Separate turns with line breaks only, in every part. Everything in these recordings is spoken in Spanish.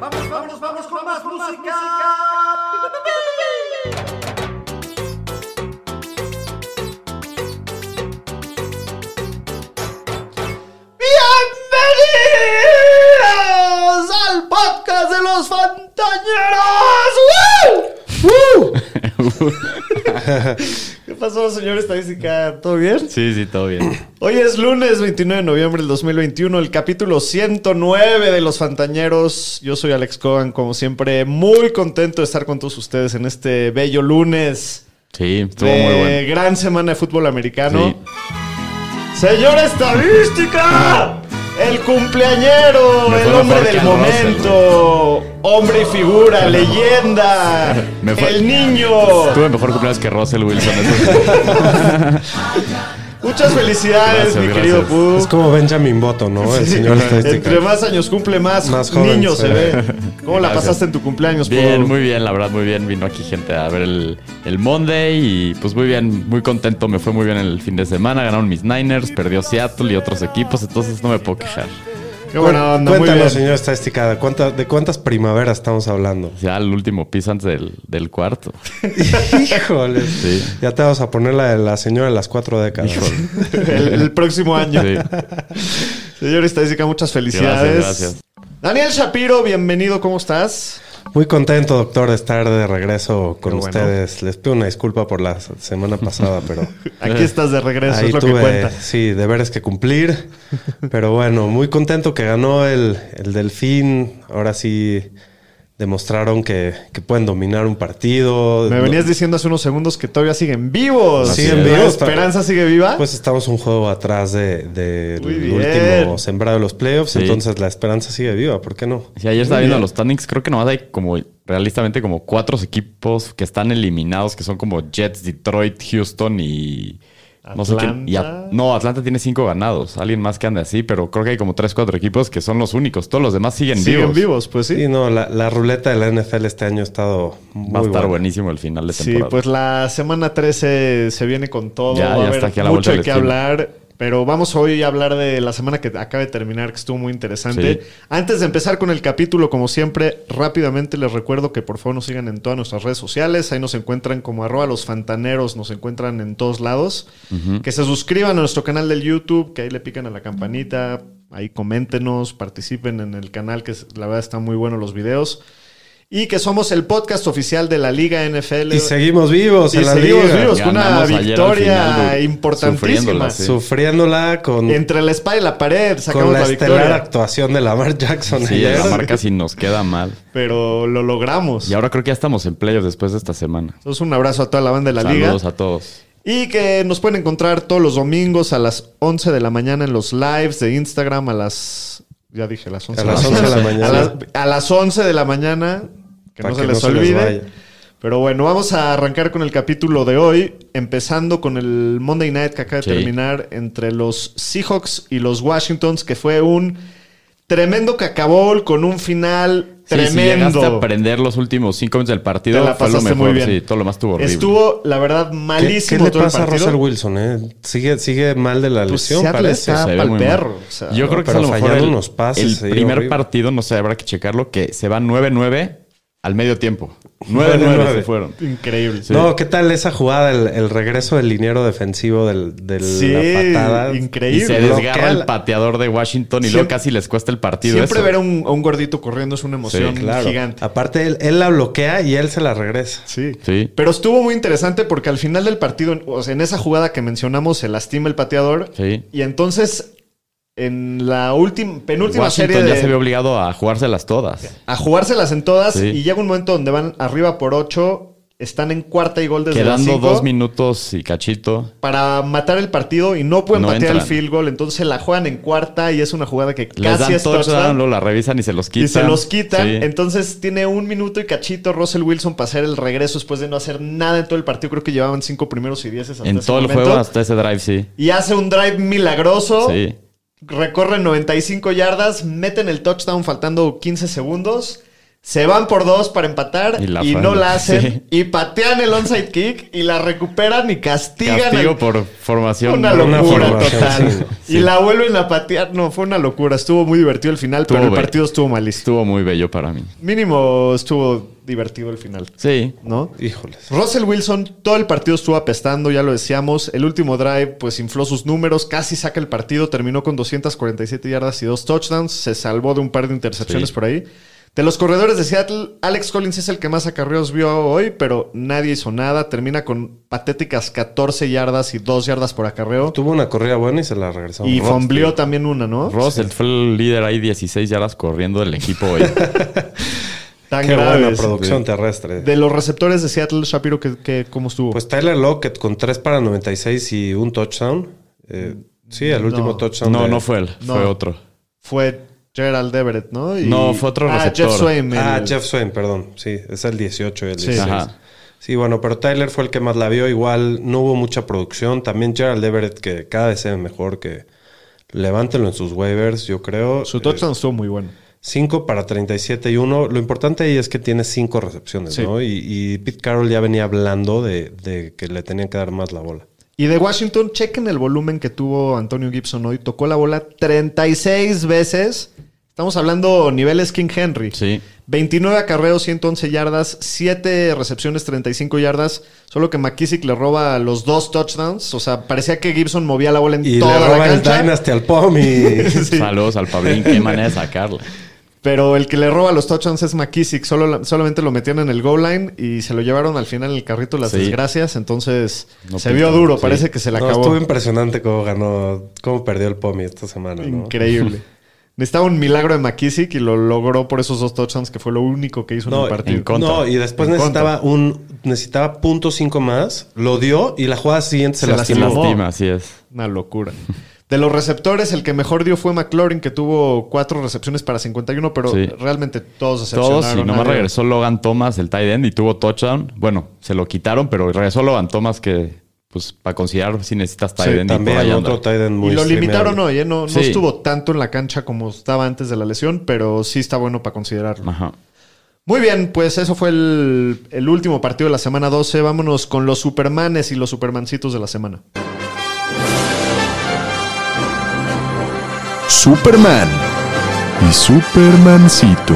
Vamos, vamos, vamos con más música.
¡Bienvenidos al podcast de los Fantañeros! ¡Woo! ¿Qué pasó, señor estadística? ¿Todo bien?
Sí, sí, todo bien.
Hoy es lunes 29 de noviembre del 2021, el capítulo 109 de Los Fantañeros. Yo soy Alex Cohen, como siempre, muy contento de estar con todos ustedes en este bello lunes
Sí, estuvo
de
muy bueno.
gran semana de fútbol americano.
Sí.
Señor estadística, el cumpleañero,
Me fue
el hombre
mejor que
del
el Russell,
momento, hombre y figura, leyenda,
Me fue-
el niño.
Tuve mejor cumpleaños que Russell Wilson. eso sí.
Muchas felicidades,
Gracias,
mi querido
gracias.
Pu.
Es como Benjamin Botto, ¿no? El señor
este,
estadística.
Entre más años cumple, más,
Más joven
niño se
se ve.
ve. ¿Cómo la
Gracias.
pasaste en tu cumpleaños, Pu?
bien, muy bien, la verdad, muy bien. Vino aquí gente a ver el, el Monday y pues muy bien, muy contento. Me fue muy bien el fin de semana. Ganaron mis Niners, perdió Seattle y otros equipos, entonces no me puedo quejar.
Qué buena onda, muy bien.
Cuéntanos, señor estadística, ¿de, cuánta- ¿de cuántas primaveras estamos hablando?
Ya el último piso antes del, del cuarto.
Híjole.
Sí.
Ya te vas a poner la de la señora de las cuatro décadas.
Híjole.
El, el próximo año.
Sí.
Señor estadística, muchas felicidades.
Gracias, gracias.
Daniel Shapiro, bienvenido, ¿cómo estás?
Muy contento, doctor, de estar de regreso con
Qué bueno.
ustedes. Les pido una disculpa por la semana pasada, pero
Aquí estás de regreso,
Eh, ahí
es lo que
tuve
cuenta.
sí, deberes que cumplir. Pero bueno, muy contento que ganó el, el Delfín. Ahora sí demostraron que, que pueden dominar un partido.
Me venías diciendo hace unos segundos que todavía siguen vivos.
Así Siguen es.
¿La
vivos,
esperanza sigue viva?
Pues estamos un juego atrás del de, del
Ah. Muy bien.
último sembrado de los playoffs,
Sí.
entonces la esperanza sigue viva, ¿por qué no?
Sí, ayer estaba viendo los standings, creo que nomás hay como realistamente como cuatro equipos que están eliminados, que son como Jets, Detroit, Houston y no sé quién. y a-
Atlanta.
no, Atlanta tiene cinco ganados. Alguien más que anda así, pero creo que hay como tres, cuatro equipos que son los únicos. Todos los demás siguen,
siguen
vivos.
vivos, pues sí.
Sí, no, la, la ruleta de la NFL este año ha estado muy
Va a estar
buena.
buenísimo el final de
Sí,
temporada.
pues la semana 13 se viene con todo.
Ya,
Va
ya
a haber
está aquí a la
mucho
vuelta de la
que
esquina.
hablar. Pero vamos hoy a hablar de la semana que acaba de terminar, que estuvo muy interesante.
Sí.
Antes de empezar con el capítulo, como siempre, rápidamente les recuerdo que por favor nos sigan en todas nuestras redes sociales. Ahí nos encuentran como arroba los fantaneros, nos encuentran en todos lados. Que se suscriban a nuestro canal del YouTube, que ahí le pican a la campanita, ahí coméntenos, participen en el canal, que es- la verdad están muy buenos los videos. Y que somos el podcast oficial de la Liga NFL.
Y seguimos vivos
Sí,
en la
seguimos
liga,
vivos, fue una
Ganamos ayer al
victoria
final, güey,
importantísima.
sufriéndola, sí.
sufriéndola con,
Entre la espada y la pared sacamos
con la,
la,
estelar
victoria.
actuación de Lamar Jackson.
Sí,
ayer.
la marca sí nos queda mal.
Pero lo logramos.
Y ahora creo que ya estamos en playoffs después de esta semana.
Entonces un abrazo a toda la banda de la
Saludos
liga.
a todos.
Y que nos pueden encontrar todos los domingos a las 11 de la mañana en los lives de Instagram a las... Ya dije, a las 11
A las 11 de la mañana.
A las, a las 11 de la mañana. Que
Para
no se
que
les
no se les
olvide.
vaya.
Pero bueno, vamos a arrancar con el capítulo de hoy, empezando con el Monday Night que acaba de
Sí.
terminar entre los Seahawks y los Washingtons, que fue un tremendo cacabol con un final
Sí, si
tremendo.
llegaste a aprender los últimos cinco minutos del partido,
Te la
fue lo
pasaste
mejor.
muy bien.
Sí, todo lo más estuvo horrible.
Estuvo, la verdad,
¿Qué- ¿Qué,
malísimo
le
todo el
pasa a
partido.
Russell Wilson? Eh? Sigue, sigue mal de la
Pues
lesión,
Seattle
parece.
está-
Se ve
pa'l
muy
perro,
mal.
o sea,
Yo
no,
creo que es
pero
a lo mejor
fallaron
el,
unos pases, eh,
el
sí,
primer
horrible.
partido, no sé, habrá que checarlo, que se va 9-9 al medio tiempo. 9-9
9-9.
se fueron.
Increíble.
No, ¿qué tal esa jugada? El, el regreso del liniero defensivo del, de
Sí,
la patada.
Y
increíble.
se
bloquea
desgarra el
la-
pateador de Washington y
Siempre-
luego casi les cuesta el partido.
Siempre
eso.
ver a un, a un gordito corriendo es una emoción
Sí,
Claro.
gigante.
Aparte, él, él la bloquea y él se la regresa.
Sí.
Sí.
Pero estuvo muy interesante porque al final del partido, en- o sea, en esa jugada que mencionamos, se lastima el pateador.
Sí.
Y entonces, en la última, penúltima
Washington
serie
ya
de-
se ve obligado a jugárselas todas.
a jugárselas en todas,
Sí.
y llega un momento donde van arriba por 8, están en cuarta y gol desde la
Quedando
cinco
dos minutos y cachito.
para matar el partido y no pueden
No
patear el
entran.
field goal. Entonces la juegan en cuarta y es una jugada que
Les
casi
dan
es
touchdown,
touchdown.
luego la revisan y se los quitan.
Y se los quitan.
Sí.
Entonces tiene un minuto y cachito Russell Wilson para hacer el regreso después de no hacer nada en todo el partido. Creo que llevaban cinco primeros y dieces hasta
En
ese
todo el
momento. Oh,
juego hasta ese drive, sí.
Y hace un drive milagroso.
Sí.
recorren 95 yardas, meten el touchdown faltando 15 segundos. Se van por dos para empatar y,
Y la
y
fan-
no la hacen.
sí.
Y patean el onside kick y la recuperan y castigan.
Castigo
al-
por formación.
Una
¿no?
una
locura
formación,
total.
sí.
Y la vuelven a patear. No, fue una locura. Estuvo muy divertido el final,
Estuvo
pero el
bello.
partido estuvo malísimo.
Estuvo muy bello para mí.
Mínimo estuvo divertido el final,
Sí.
¿no?
Híjoles.
Russell Wilson, todo el partido estuvo apestando, ya lo decíamos. El último drive, pues infló sus números, casi saca el partido, terminó con 247 yardas y dos touchdowns, se salvó de un par de intercepciones
Sí.
por ahí. De los corredores de Seattle, Alex Collins es el que más acarreos vio hoy, pero nadie hizo nada. Termina con patéticas 14 yardas y 2 yardas por acarreo.
Tuvo una corrida buena y se la regresaron.
Y
Ross,
fombleó
tío.
también una, ¿no?
Russell fue el líder ahí 16 yardas corriendo del equipo hoy.
Tan
Qué buena
graves.
producción terrestre.
De los receptores de Seattle, Shapiro, ¿qué, qué- cómo estuvo?
Pues Tyler Lockett con 3 para 96 y un touchdown. Eh, sí, el último
No.
touchdown.
No,
de-
no fue él,
No.
fue otro.
fue Gerald Everett, ¿no? Y-
No, fue otro
Ah,
receptor.
Jeff Swain.
Ah,
el-
Jeff Swain, perdón. Sí, es el 18 y el
Sí.
16.
Ajá.
Sí, bueno, pero Tyler fue el que más la vio. Igual no hubo mucha producción. También Gerald Everett, que cada vez se ve mejor, que levántenlo en sus waivers, yo creo.
Su touchdown estuvo muy bueno.
5 para 37 y 1. Lo importante ahí es que tiene 5 recepciones,
Sí.
¿no? Y, y Pete Carroll ya venía hablando de, de que le tenían que dar más la bola.
Y de Washington, chequen el volumen que tuvo Antonio Gibson hoy. Tocó la bola 36 veces. Estamos hablando niveles King Henry.
Sí.
29 acarreos, 111 yardas, 7 recepciones, 35 yardas. Solo que McKissick le roba los dos touchdowns. O sea, parecía que Gibson movía la bola en
Y
toda
le
la
roban el
cancha.
Dynasty al POM y...
Sí.
Saludos al Pablín, qué manera de sacarla.
Pero el que le roba los touchdowns es McKissick. Solo, la- solamente lo metieron en el goal line y se lo llevaron al final en el carrito de las
Sí.
desgracias. Entonces
No
se
pinta,
vio duro.
sí.
Parece que se le
No,
acabó.
estuvo impresionante cómo ganó, cómo perdió el POMI esta semana, ¿no?
Increíble. Necesitaba un milagro de McKissick y lo logró por esos dos touchdowns que fue lo único que hizo en
No,
el partido.
en contra.
No, y después
En
necesitaba un necesitaba punto cinco más, lo dio y la jugada siguiente se,
Se
Se
lastimó.
lastimó.
lastima, así es.
Una locura. De los receptores, el que mejor dio fue McLaurin, que tuvo cuatro recepciones para 51, pero
Sí.
realmente todos decepcionaron.
Todos y nomás
Nadie-
regresó Logan Thomas, el tight end, y tuvo touchdown. Bueno, se lo quitaron, pero regresó Logan Thomas que, pues, para considerar si necesitas tight
Sí,
end. y por ahí
También
anda.
otro tight end
Y
muy
lo
streameable.
limitaron hoy, ¿eh? No, no
Sí.
estuvo tanto en la cancha como estaba antes de la lesión, pero sí está bueno para considerarlo.
Ah.
Ajá.
Muy bien, pues eso fue el, el último partido de la semana 12. Vámonos con los Supermanes y los Supermancitos de la semana.
Superman y Supermancito.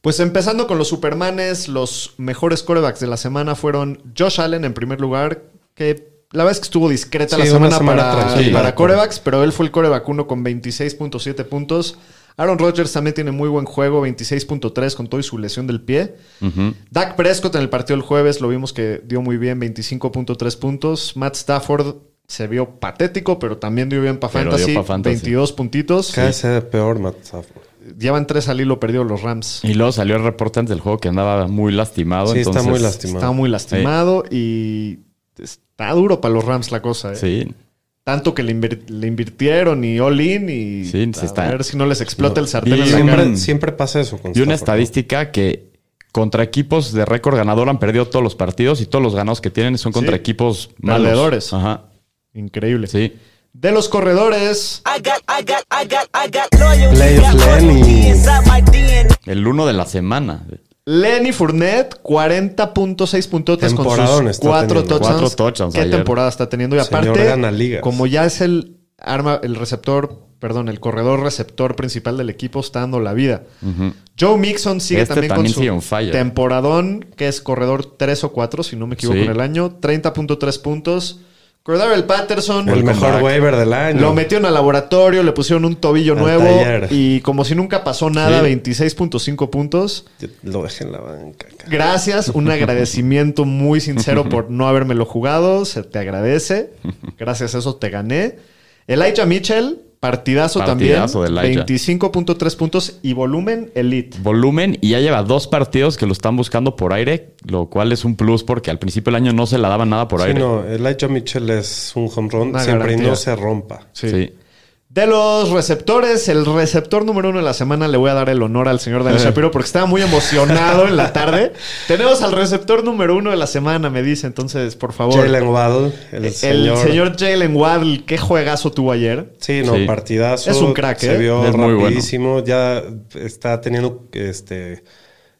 Pues empezando con los Supermanes, los mejores corebacks de la semana fueron Josh Allen en primer lugar, que la verdad es que estuvo discreta
Sí,
la
una
semana,
semana
para,
tranquila.
para corebacks, pero él fue el coreback uno con 26.7 puntos. Aaron Rodgers también tiene muy buen juego, 26.3 con todo y su lesión del pie.
Ujú.
Dak Prescott en el partido el jueves lo vimos que dio muy bien, 25.3 puntos. Matt Stafford se vio patético, pero también dio bien para
Pero dio
Fantasy,
pa' Fantasy.
22 puntitos.
Cada vez se ve peor Matt Stafford.
Llevan tres al hilo perdido los Rams.
Y luego salió el reporte antes del juego que andaba muy lastimado.
Sí, está
entonces-
muy lastimado.
Está muy lastimado y está duro para los Rams la cosa. ¿eh?
Sí,
Tanto que le, invir- le invirtieron y all-in y
Sí,
a
se está-
ver si no les explota
No.
el sartén
Y
en la cara.
siempre,
cara.
siempre pasa eso con
Y una
Stafford, ¿no?
estadística que contra equipos de récord ganador han perdido todos los partidos y todos los ganados que tienen son contra
Sí.
equipos malos.
Perdedores.
Ajá.
Increíble.
Sí.
De los corredores,
I got, I got, I got, I got loyalty.
Players
got
Lenny.
loyalty inside my DNA.
El uno de la semana.
Lenny Fournette, 40.6 puntotes con
Temporadón
sus
está
cuatro
teniendo.
touchdowns.
Cuatro touchdowns
¿Qué
ayer.
temporada está teniendo? Y
Señor
aparte,
gana ligas.
como ya es el arma, el receptor, perdón, el corredor receptor principal del equipo, está dando la vida. Joe Mixon sigue
Este
también,
también
con
sigue
su
on fire.
temporadón, que es corredor 3 o 4, si no me equivoco
Sí.
en el año. 30.3 puntos. Cordarel Patterson.
El mejor waiver del año.
Lo metieron al laboratorio, le pusieron un tobillo
Al
nuevo
taller.
y como si nunca pasó nada,
Sí.
26.5 puntos.
Yo lo dejé en la banca. cara.
Gracias, un agradecimiento muy sincero por no habérmelo jugado. Se te agradece. Gracias a eso te gané. Elijah Mitchell, partidazo,
Partidazo de
también.
Elijah.
25.3 puntos y volumen elite.
Volumen y ya lleva dos partidos que lo están buscando por aire, lo cual es un plus porque al principio del año no se la daba nada por
Sí,
aire.
no, el Mitchell es un home run
Una
siempre y
garantía.
no se rompa.
Sí.
De los receptores, el receptor número uno de la semana le voy a dar el honor al señor Daniel Shapiro porque estaba muy emocionado en la tarde. Tenemos al receptor número uno de la semana, me dice. Entonces, por favor.
Jalen Waddle, el,
el señor,
señor.
Jalen Waddle, qué juegazo tuvo ayer.
Sí, no,
Sí.
partidazo.
Es un crack,
Se
¿eh?
vio
Es muy bueno.
rapidísimo. Ya está teniendo, este,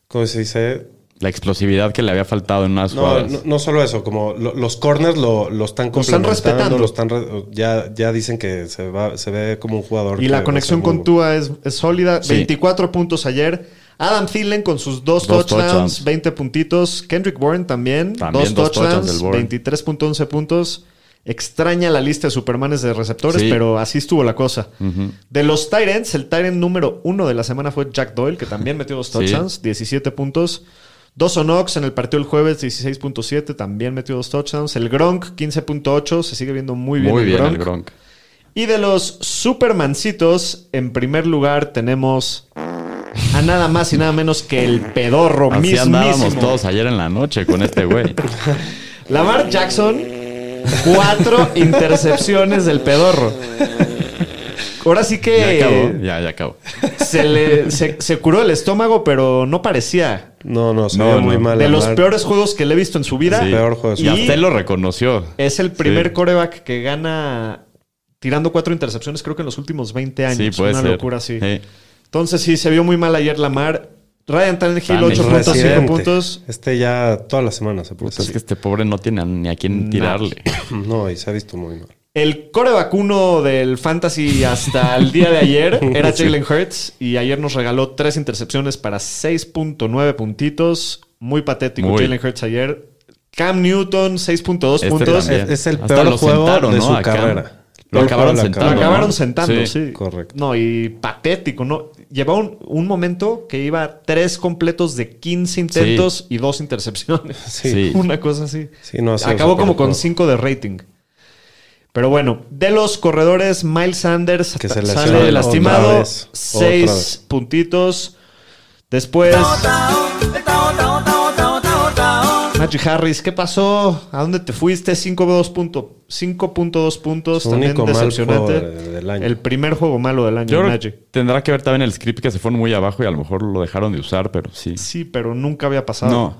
¿cómo se dice?
La explosividad que le había faltado en unas
No,
jugadas.
no, no solo eso, como lo- los corners lo, lo están
Lo están
complementando,
respetando.
lo están re- ya, ya dicen que se, va, se ve como un jugador.
Y
que va
la
a
conexión
ser muy
con Tua es, es sólida.
Sí.
24 puntos ayer. Adam Thielen con sus dos,
Dos
touchdowns,
touchdowns.
20 puntitos. Kendrick Bourne también,
También
dos,
dos
touchdowns,
touchdowns del Bourne.
23.11 puntos. Extraña la lista de supermanes de receptores,
Sí.
pero así estuvo la cosa. De los Tyrants, el Tyrant número uno de la semana fue Jack Doyle, que también metió dos
Sí.
touchdowns, 17 puntos. Dos Onox en el partido del jueves, 16.7, también metió dos touchdowns. El Gronk, 15.8, se sigue viendo muy bien,
Muy
el
bien el
Gronk.
Gronk.
Y de los Supermancitos, en primer lugar tenemos a nada más y nada menos que el pedorro
Así andábamos
mismísimo.
todos ayer en la noche con este güey.
Lamar Jackson, cuatro intercepciones del pedorro. Ahora sí
Ya acabó,
que
ya, ya acabó.
se, le, se, se curó el estómago, pero no parecía.
bueno. No, no, se
No,
ve
no.
muy mal.
De los
Lamar.
peores juegos que le he visto en su vida.
Sí.
peor juego de su
Y
vida.
hasta él lo reconoció.
Es el primer
Sí.
coreback que gana tirando cuatro intercepciones, creo que en los últimos 20 años.
Sí, puede
Una
ser.
locura así.
Sí.
Entonces sí, se vio muy mal ayer Lamar. Ryan Tannehill,
Tannehill.
8.5
Residente.
puntos.
Este ya toda la semana se puso.
Puta, es que este pobre no tiene ni a quién tirarle.
No, y se ha visto muy mal.
El core vacuno del fantasy hasta el día de ayer era Jalen Hurts y ayer nos regaló tres intercepciones para 6.9 puntitos. Muy patético
Muy.
Jalen Hurts ayer. Cam Newton, 6.2
Este
puntos.
también.
Es- es el
Hasta
peor
lo
juego
sentaron,
de
¿no?
su
A Cam.
carrera.
Lo
Peor
acabaron
juego de la
sentando.
Lo
carrera.
¿no?
acabaron sentando,
Sí.
sí.
correcto.
No, y patético, ¿no? Llevaba un, un momento que iba tres completos de 15 intentos y dos intercepciones.
Sí.
Sí.
Una cosa así.
Sí, no, ha sido
Acabó
súper
como con
juego.
5 de rating. Pero bueno, de los corredores, Miles Sanders
Que se lesionó
sale
otra
lastimado.
vez, otra
6
vez.
puntitos. Después, Magic Harris, ¿qué pasó? ¿A dónde te fuiste? 5.2 punto- 5.2 puntos.
Su
También
único mal
decepcionante.
juego de- del año.
El primer juego malo del año,
Yo creo que
Magic.
tendrá que ver también el script que se fueron muy abajo y a lo mejor lo dejaron de usar, pero sí.
Sí, pero nunca había pasado.
No.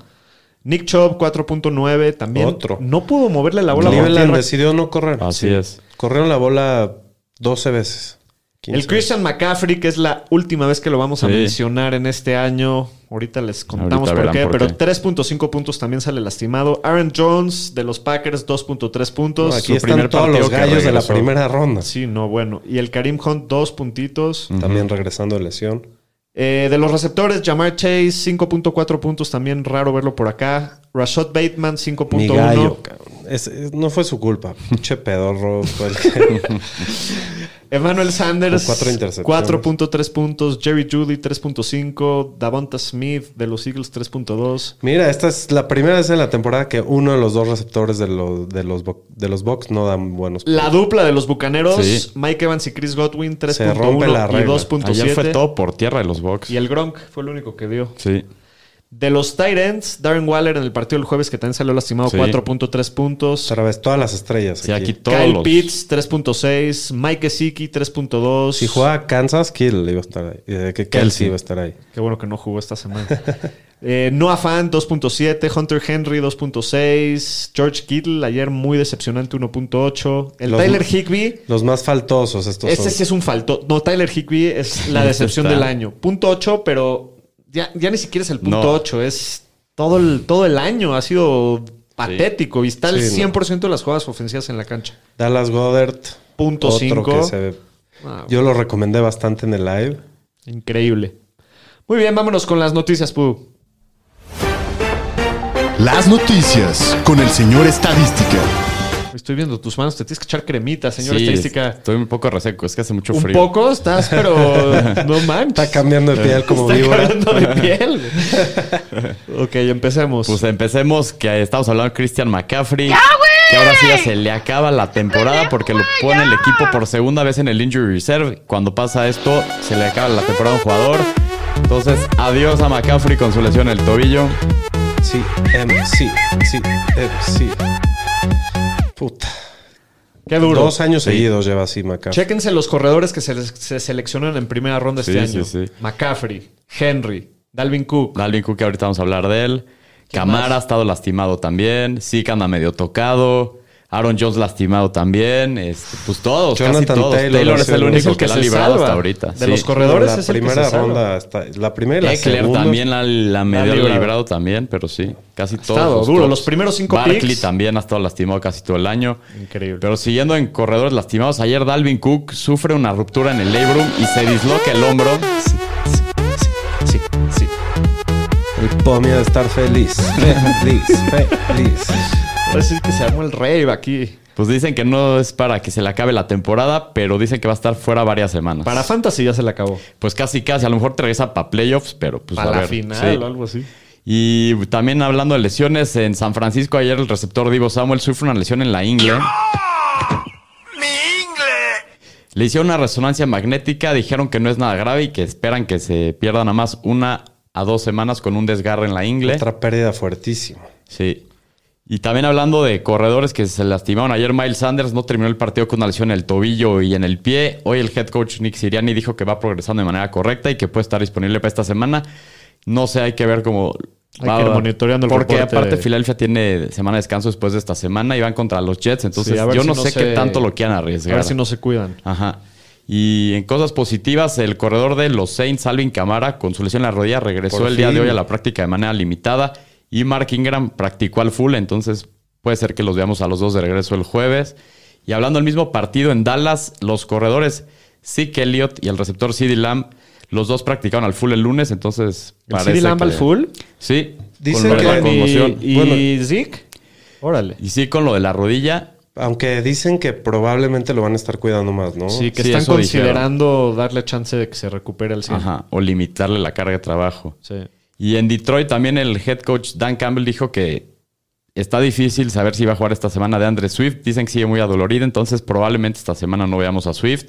Nick Chubb, 4.9. También
Otro.
no pudo moverle la bola por
Cleveland
tierra.
decidió no correr.
Así es.
Corrieron la bola 12 veces. 15
El Christian McCaffrey, que es la última vez que lo vamos a
Sí.
mencionar en este año. Ahorita les contamos
Ahorita
por
verán
qué,
por
pero
qué.
3.5 puntos también sale lastimado. Aaron Jones de los Packers, 2.3 puntos.
No, aquí
su
están
primer
todos
partido
los
que
gallos de la
regresó.
primera ronda.
Sí, no, bueno. Y el Karim Hunt, 2 puntitos.
También regresando de lesión.
Eh, de los receptores, Jamar Chase, 5.4 puntos. También raro verlo por acá. Rashad Bateman,
Mi gallo,
5.1.
cabrón. Es- es- no fue su culpa. Pinche pedorro. fue el que-
Emmanuel Sanders,
Con cuatro intercepciones.
4.3 puntos. Jerry Judy, 3.5. Davonta Smith de los Eagles, 3.2.
Mira, esta es la primera vez en la temporada que uno de los dos receptores de, lo- de los bo- de los Bucks no dan buenos.
La dupla de los bucaneros,
Sí.
Mike Evans y Chris Godwin,
Se rompe la
3.1 y
regla.
Ayer fue
2.7.
todo por tierra de los Bucks.
Y el Gronk fue el único que dio.
Sí.
De los Titans, Darren Waller en el partido del jueves, que también salió lastimado,
Sí.
4.3 puntos.
Otra vez, todas las estrellas.
Sí, aquí todos
Kyle
los...
Pitts, 3.6. Mike Gesicki, 3.2.
Si jugaba Kansas, Kill iba a estar ahí. Eh, que Kelsey
Kelsey.
iba a estar ahí.
Qué bueno que no jugó esta semana. Eh, Noah Fan 2.7, Hunter Henry 2.6, George Kittle ayer muy decepcionante 1.8, el
Los-
Tyler Higby,
Los más faltosos estos
este
son.
sí es un falto, no Tyler Higby es la decepción
está.
del año, punto 8, pero ya, ya ni siquiera es el punto
No.
8, es todo el, todo el año ha sido patético y está el
Sí, no.
100% de las jugadas ofensivas en la cancha.
Dallas Goddard.
Punto
otro
cinco.
que se-
Ah,
Yo lo recomendé bastante en el live.
Increíble. Muy bien, vámonos con las noticias, Pu.
Las noticias con el señor Estadística.
Estoy viendo tus manos, te tienes que echar cremita, señor
Sí,
estadística.
Estoy un poco reseco, es que hace mucho
Un
frío.
poco estás, pero no manches.
Está cambiando de piel como
Está
víbora.
cambiando de piel. ok, empecemos.
Pues empecemos que estamos hablando de Christian McCaffrey. Que ahora sí ya se le acaba la temporada porque lo pone el equipo por segunda vez en el injury reserve. Cuando pasa esto, se le acaba la temporada a un jugador. Entonces, adiós a McCaffrey con su lesión en el tobillo.
Sí, em, sí, sí, em, sí. Puta.
Qué duro.
Dos años
Sí.
seguidos lleva así McCaffrey.
Chéquense los corredores que se, se seleccionan en primera ronda
Sí,
este
sí,
año.
sí.
McCaffrey, Henry, Dalvin Cook.
Dalvin Cook, que ahorita vamos a hablar de él. Camara ha estado lastimado también. Zeke anda medio tocado. Aaron Jones lastimado también. Este, pues todos, casi
Jonathan
todos. Taylor,
Taylor ha
es
sido
el
el- es
único
el
que
que
la ha
se
librado
salva.
hasta ahorita.
De los corredores
la
es el que
primera
se salva.
ronda, está- la primera y la
Eckler
segunda.
también la, la medio
librado.
librado también, pero sí, casi todos.
estado
los
duro,
tops.
los primeros cinco
Barkley
picks.
también ha estado lastimado casi todo el año.
Increíble.
Pero siguiendo en corredores lastimados, ayer Dalvin Cook sufre una ruptura en el labrum y se disloca el hombro.
sí, sí.
El pomio de estar feliz. Feliz, feliz.
Parece que se armó el rave aquí.
Pues dicen que no es para que se le acabe la temporada, pero dicen que va a estar fuera varias semanas.
Para Fantasy ya se le acabó.
Pues casi, casi. A lo mejor te regresa para playoffs, pero pues
Para
a
la
ver.
final
Sí. Pues,
o algo así.
Y también hablando de lesiones, en San Francisco ayer el receptor Divo Samuel sufre una lesión en la ingle.
¡Mi ingle!
Le hicieron una resonancia magnética, dijeron que no es nada grave y que esperan que se pierda nada más una a dos semanas con un desgarre en la ingle.
Otra pérdida fuertísima.
Sí. Y también hablando de corredores que se lastimaron ayer, Miles Sanders no terminó el partido con una lesión en el tobillo y en el pie. Hoy el head coach Nick Siriani dijo que va progresando de manera correcta y que puede estar disponible para esta semana. No sé, hay que ver cómo.
Hay que ir monitoreando el
Porque
reporte.
aparte Filadelfia tiene semana de descanso después de esta semana y van contra los Jets. Entonces
Sí, a ver
yo
si
no,
no
sé
se-
qué tanto lo quieran
A
arriesgar.
ver si no se cuidan.
Ajá. Y en cosas positivas, el corredor de los Saints, Alvin Camara, con su lesión en la rodilla, regresó
Por
el día de
fin.
hoy a la práctica de manera limitada. Y Mark Ingram practicó al full, entonces puede ser que los veamos a los dos de regreso el jueves. Y hablando del mismo partido en Dallas, los corredores Zeke Elliott y el receptor CD Lamb, los dos practicaron al full el lunes, entonces
¿El CD Lamb
que-
al full?
Sí.
Dicen
con lo de la
que-
conmoción.
¿Y, y
Bueno.
Zeke? Órale.
Y sí, con lo de la rodilla,
Aunque dicen que probablemente lo van a estar cuidando más, ¿no?
Sí, que
Sí,
están
eso
considerando darle chance de que se recupere el 100.
ajá, o limitarle la carga de trabajo.
Sí.
Y en Detroit también el head coach Dan Campbell dijo que está difícil saber si va a jugar esta semana de Andre Swift. Dicen que sigue muy adolorido, entonces probablemente esta semana no veamos a Swift.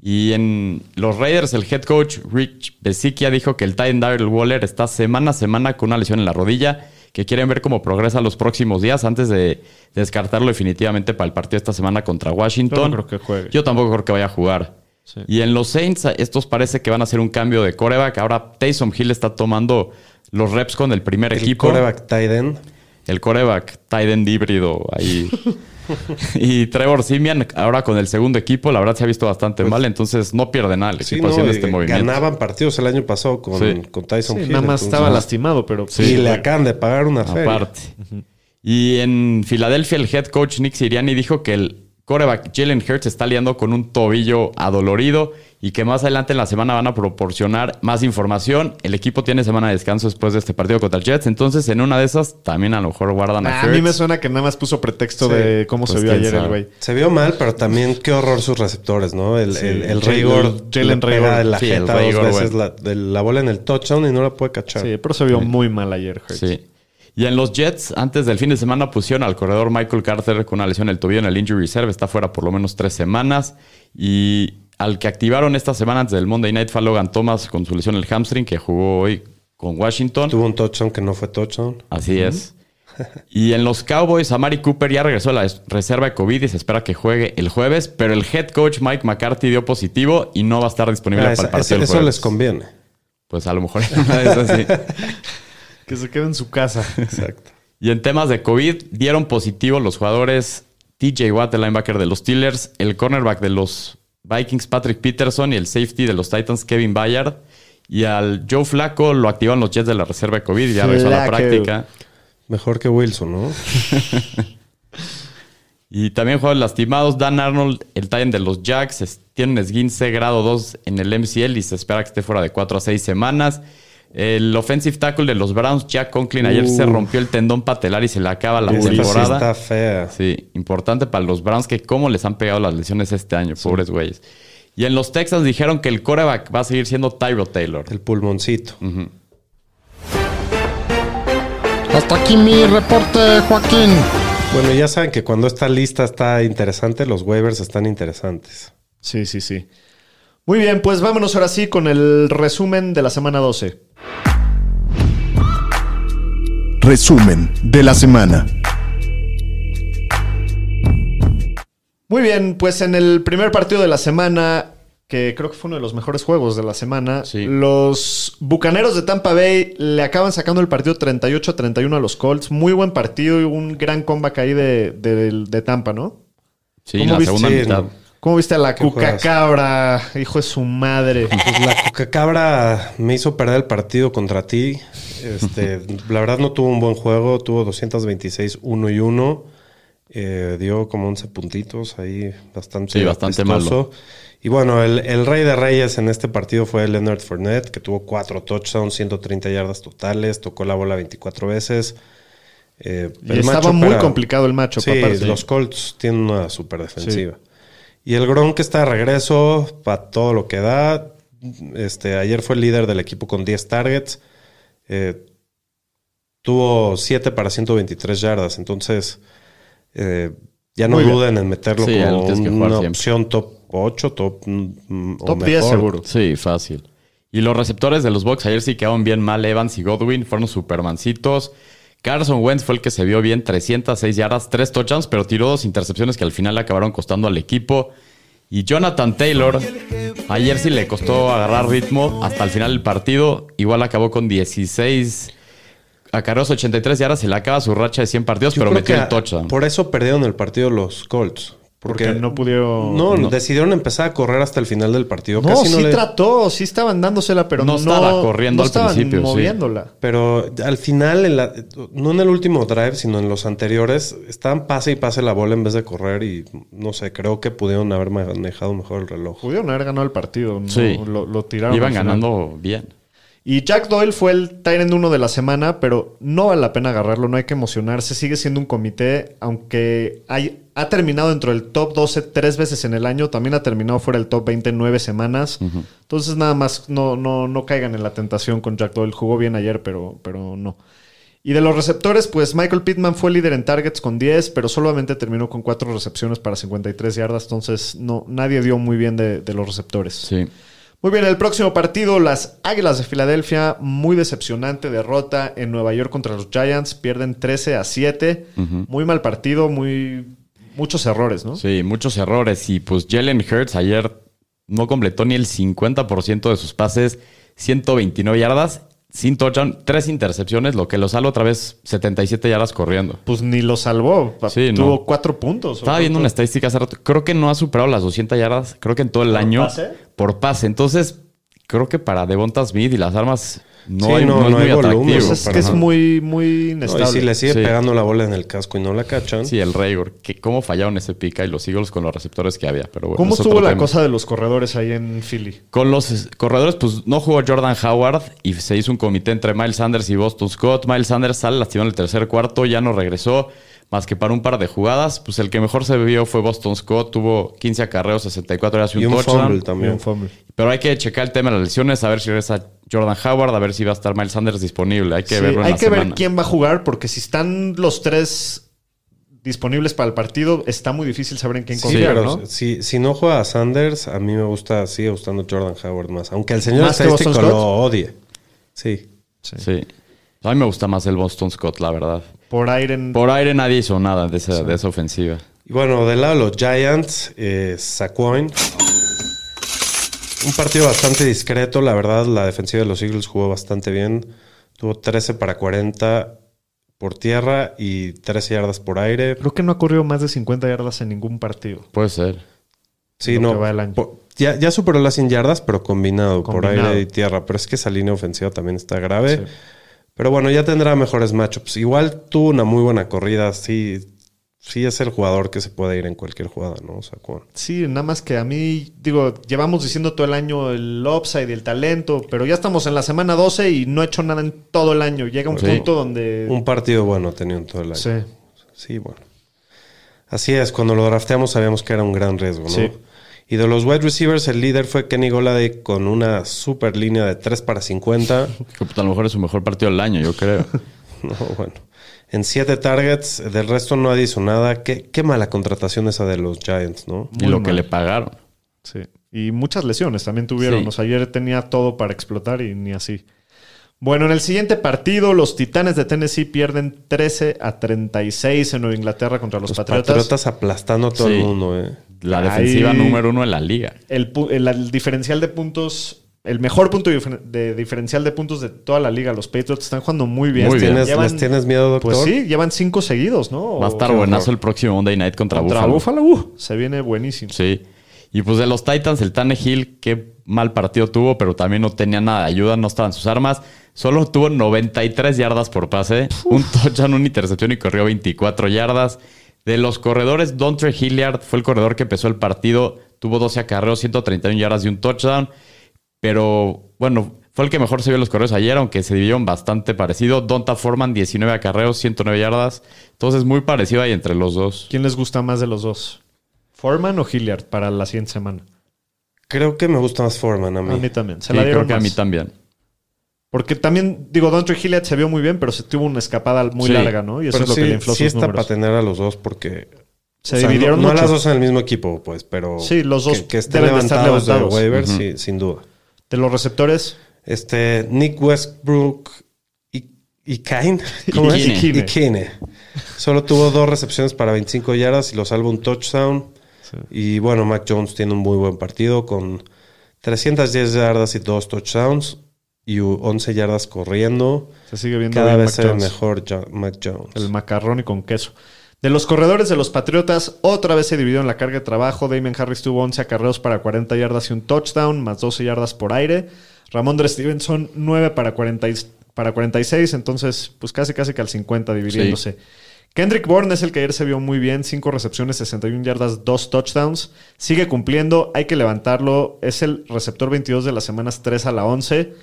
Y en los Raiders, el head coach Rich Besiquia dijo que el Titan Darrell Waller está semana a semana con una lesión en la rodilla, que quieren ver cómo progresa los próximos días antes de descartarlo definitivamente para el partido esta semana contra Washington.
Yo no creo que juegue.
Yo tampoco creo que vaya a jugar.
Sí.
Y en los Saints, estos parece que van a hacer un cambio de coreback. Ahora Taysom Hill está tomando los reps con el primer
El
equipo.
quarterback tight end.
El coreback, Tyden híbrido ahí. y Trevor Simian, ahora con el segundo equipo, la verdad se ha visto bastante mal, entonces no pierde nada el
Pues Sí,
equipo
no, Eh,
haciendo
y
este movimiento.
ganaban partidos el año pasado con,
Sí.
con Tyson
Sí,
Hill,
nada más
entonces-
estaba lastimado, pero...
Y le acaban de pagar una feria.
Aparte. Y en Filadelfia, el head coach Nick Siriani dijo que el coreback Jalen Hurts está liando con un tobillo adolorido y que más adelante en la semana van a proporcionar más información. El equipo tiene semana de descanso después de este partido contra Jets, entonces en una de esas también a lo mejor guardan a
Ah,
Hurts.
a mí me suena que nada más puso pretexto
Sí.
de cómo se
Pues
vio
quién
ayer
sabe.
el güey.
Se vio mal, pero también qué horror sus receptores, ¿no? El,
Sí,
el, el
Jalen-
Raygor
Jalen
le pega
Raygor.
de la
Sí, el
jeta
Raygor,
dos veces
bueno.
la, de la bola en el touchdown y no la puede cachar.
Sí, pero se vio muy mal ayer, Hurts.
Sí. Y en los Jets, antes del fin de semana, pusieron al corredor Michael Carter con una lesión en el tobillo en el injury reserve. Está fuera por lo menos tres semanas. Y al que activaron esta semana antes del Monday Night fue a Logan Thomas con su lesión en el hamstring, que jugó hoy con Washington.
Tuvo un touchdown que no fue touchdown.
Así es. Y en los Cowboys, Amari Cooper ya regresó a la es- reserva de COVID y se espera que juegue el jueves, pero el head coach Mike McCarthy dio positivo y no va a estar disponible
Ah,
para
esa-
el partido
esa-
del
eso
jueves.
les conviene.
Pues a lo mejor en una de esas sí.
Que se quede en su casa.
Exacto.
Y en temas de COVID, dieron positivo los jugadores TJ Watt, el linebacker de los Steelers, el cornerback de los Vikings, Patrick Peterson, y el safety de los Titans, Kevin Bayard. Y al Joe Flaco lo activaron los Jets de la reserva de COVID y ya regresó a la
Flacco.
práctica.
Mejor que Wilson, ¿no?
Y también jugadores lastimados. Dan Arnold, el Titan de los Jacks, es- tiene un esguince grado 2 en el MCL y se espera que esté fuera de 4 a 6 semanas. El offensive tackle de los Browns, Jack Conklin, ayer se rompió el tendón patelar y se le acaba la
Esta sí
temporada.
está fea.
Sí, importante para los Browns que cómo les han pegado las lesiones este año, pobres güeyes. Y en los Texans dijeron que el coreback va a seguir siendo Tyro Taylor.
El pulmoncito.
Hasta aquí mi reporte, Joaquín.
Bueno, ya saben que cuando esta lista está interesante, los waivers están interesantes.
Sí, sí, sí. Muy bien, pues vámonos ahora sí con el resumen de la semana 12.
Resumen de la semana.
Muy bien, pues en el primer partido de la semana, que creo que fue uno de los mejores juegos de la semana,
Sí.
los Bucaneros de Tampa Bay le acaban sacando el partido 38 a 31 a los Colts. Muy buen partido y un gran comeback ahí de, de- de Tampa, ¿no?
Sí,
¿Cómo
la
viste?
segunda
Sí,
mitad.
no.
¿Cómo viste a la
Qué
Cuca
juegas.
Cabra, hijo de su madre?
Pues la Coca Cabra me hizo perder el partido contra ti. Este, la verdad no tuvo un buen juego, tuvo 226, 1 y 1. Eh, dio como 11 puntitos ahí, bastante,
Sí, bastante malo.
Y bueno, el, el rey de reyes en este partido fue Leonard Fournette, que tuvo 4 touchdowns, 130 yardas totales, tocó la bola 24 veces. Eh,
Y
el
estaba
matchup
muy
era-
complicado el macho,
Sí,
aparte.
los Colts tienen una super defensiva. Y el Gronk está de regreso para todo lo que da. Este, ayer fue el líder del equipo con 10 targets. Eh, tuvo 7 para 123 yardas. Entonces, eh, ya no
Muy bien.
duden en meterlo
Sí, ya lo
como
tienes que
una
jugar siempre.
opción top 8, top, mm, o
Top 10
mejor.
seguro.
Sí, fácil. Y los receptores de los Bucks ayer sí quedaron bien mal. Evans y Godwin fueron supermancitos. Carson Wentz fue el que se vio bien, 306 yardas, 3 touchdowns, pero tiró dos intercepciones que al final le acabaron costando al equipo. Y Jonathan Taylor, ayer sí le costó agarrar ritmo hasta el final del partido. Igual acabó con 16 acarreos, 83 yardas, se le acaba su racha de 100 partidos,
Yo
pero
creo
metió
que
el touchdown.
Por eso perdieron el partido los Colts. Porque,
Porque no pudieron-
No,
no.
decidieron empezar a correr hasta el final del partido.
No,
Casi
sí
le-
trató, sí estaban dándosela, pero no,
No estaba
no
corriendo al
estaban
principio, sí.
moviéndola.
Pero al final, en la- no en el último drive, sino en los anteriores, estaban pase y pase la bola en vez de correr y no sé, creo que pudieron haber manejado mejor el reloj.
Pudieron haber ganado el partido. no,
Sí.
lo, lo tiraron.
Iban
al final.
ganando bien.
Y Jack Doyle fue el Tyrant 1 de la semana, pero no vale la pena agarrarlo, no hay que emocionarse. Sigue siendo un comité, aunque hay- ha terminado dentro del top 12 tres veces en el año, también ha terminado fuera del top 20 en nueve semanas. Entonces, nada más, no, no, no caigan en la tentación con Jack Doyle. Jugó bien ayer, pero, pero no. Y de los receptores, pues Michael Pittman fue líder en targets con 10, pero solamente terminó con cuatro recepciones para 53 yardas. Entonces, no, nadie dio muy bien de, de los receptores.
Sí.
Muy bien, el próximo partido, las Águilas de Filadelfia, muy decepcionante derrota en Nueva York contra los Giants, pierden 13 a 7, muy mal partido, muy muchos errores, ¿no?
Sí, muchos errores. Y pues Jalen Hurts ayer no completó ni el 50% de sus pases, 129 yardas, sin touchdown, tres intercepciones, lo que lo sale otra vez 77 yardas corriendo.
Pues ni lo salvó, pa-
Sí, no.
tuvo cuatro puntos.
Estaba viendo una estadística hace rato. Creo que no ha superado las 200 yardas, creo que en todo el año.
pase?
Por pase. Entonces, creo que para Devonta Smith y las armas no
Sí,
hay,
no,
no es
no hay
muy
volumen,
atractivo.
Pues es
pero
que es
ajá.
muy, muy
No,
inestable.
y si le sigue
Sí.
pegando la bola en el casco y no la cachan,
Sí, el Raygor. que ¿Cómo fallaron ese pica y los Eagles con los receptores que había? Pero bueno,
¿Cómo
es
estuvo
otro
la
tema.
cosa de los corredores ahí en Philly?
Con los corredores, pues no jugó Jordan Howard y se hizo un comité entre Miles Sanders y Boston Scott. Miles Sanders sale lastimado en el tercer cuarto, ya no regresó más que para un par de jugadas. Pues el que mejor se vio fue Boston Scott, tuvo 15 acarreos, 64 horas y un,
y un fumble
touchdown.
también.
Un fumble.
Pero hay que checar el tema de las lesiones, a ver si regresa Jordan Howard, a ver si va a estar Miles Sanders disponible. Hay que
Sí,
verlo en
hay
la
que ver
semana.
quién va a jugar, porque si están los tres disponibles para el partido, está muy difícil saber en quién
Sí,
confiar,
pero
¿no?
si, si no juega a Sanders, a mí me gusta, sigue gustando Jordan Howard más. Aunque el señor
¿Más que Boston
estadístico
Scott?
lo odie. Sí.
Sí. A mí me gusta más el Boston Scott, la verdad.
Por aire en
Por aire nadie hizo nada de esa, de esa ofensiva.
Y bueno, del lado de los Giants, eh, Saquon. Un partido bastante discreto, la verdad. La defensiva de los Eagles jugó bastante bien. Tuvo 13 para 40 por tierra y 13 yardas por aire.
Creo que no ha corrido más de 50 yardas en ningún partido.
Puede ser.
Sí,
lo
no.
que va el año.
por- ya, ya superó las 100 yardas, pero combinado, por
Combinado.
aire y tierra. Pero es que esa línea ofensiva también está grave. Pero bueno, ya tendrá mejores matchups. Igual tuvo una muy buena corrida. Sí, sí es el jugador que se puede ir en cualquier jugada, ¿no? Saquon.
Sí, nada más que a mí, digo, llevamos diciendo todo el año el upside y el talento, pero ya estamos en la semana 12 y no he hecho nada en todo el año. Llega un
Sí.
punto donde...
Un partido bueno ha tenido en todo el año.
Sí.
Sí, bueno. Así es, cuando lo drafteamos sabíamos que era un gran riesgo, ¿no?
Sí.
Y de los wide receivers, el líder fue Kenny Golade con una super línea de 3 para 50.
Que, puta, a lo mejor es su mejor partido del año, yo creo.
no, bueno. En 7 targets, del resto no hizo nada. Qué, qué mala contratación esa de los Giants, ¿no?
y lo que le pagaron.
Sí. Y muchas lesiones también tuvieron.
Sí.
O sea, ayer tenía todo para explotar y ni así. Bueno, en el siguiente partido, los Titanes de Tennessee pierden 13 a 36 en Nueva Inglaterra contra los,
Los
Patriotas.
patriotas, aplastando a todo
Sí.
el mundo, eh.
La
Ahí-
defensiva número uno en la liga.
El, pu- el- el diferencial de puntos, el mejor punto difer- de diferencial de puntos de toda la liga. Los Patriots están jugando muy bien.
Muy bien.
¿Tienes-
Llevan-
¿Les tienes miedo, doctor?
Pues sí, llevan cinco seguidos, ¿no?
Va a estar
O-
buenazo el próximo Monday Night contra,
Contra Buffalo,
Buffalo.
uh, se viene buenísimo.
Sí. Y pues de los Titans, el Tannehill, qué mal partido tuvo, pero también no tenía nada de ayuda, no estaban sus armas. Solo tuvo 93 yardas por pase, un touchdown, una intercepción y corrió 24 yardas. De los corredores, Dontre Hilliard fue el corredor que empezó el partido, tuvo 12 acarreos, 131 yardas y un touchdown. Pero bueno, fue el que mejor se vio en los correos ayer, aunque se dividieron bastante parecido. Donta Forman, 19 acarreos, 109 yardas. Entonces, muy parecido ahí entre los dos.
¿Quién les gusta más de los dos? ¿Foreman o Hilliard para la siguiente semana?
Creo que me gusta más Foreman a mí.
A mí también. Se
Sí,
la
creo
dieron
que a mí
más.
también.
Porque también, digo, Dontre Hilliard se vio muy bien, pero se tuvo una escapada muy
Sí,
larga, ¿no? Y eso
Pero
es lo
sí,
que le infló
sí
sus
está
números.
para tener a los dos porque...
Se
o sea,
dividieron
no, no a
mucho.
las dos en el mismo equipo, pues, pero...
Sí, los dos
que, que estén
deben de estar
levantados de
levantados.
waivers, sí, sin duda.
De los receptores,
Este, Nick Westbrook y, y Kane. ¿Cómo es?
Ikine.
Ikine. Ikine. Solo tuvo dos recepciones para 25 yardas y lo salvo un touchdown. Y bueno, Mac Jones tiene un muy buen partido con 310 yardas y dos touchdowns y u- 11 yardas corriendo.
se sigue viendo
Cada
bien
vez
Mac
se ve
Jones.
mejor Jo- Mac Jones.
El macarrón y con queso. De los corredores de los Patriotas, otra vez se dividió en la carga de trabajo. Damien Harris tuvo 11 acarreos para 40 yardas y un touchdown, más 12 yardas por aire. Ramondre Stevenson, 9 para, 40 y- para 46, entonces pues casi casi que al 50 dividiéndose. Kendrick Bourne es el que ayer se vio muy bien, 5 recepciones, 61 yardas, 2 touchdowns. Sigue cumpliendo, hay que levantarlo. Es el receptor 22 de las semanas 3 a la 11.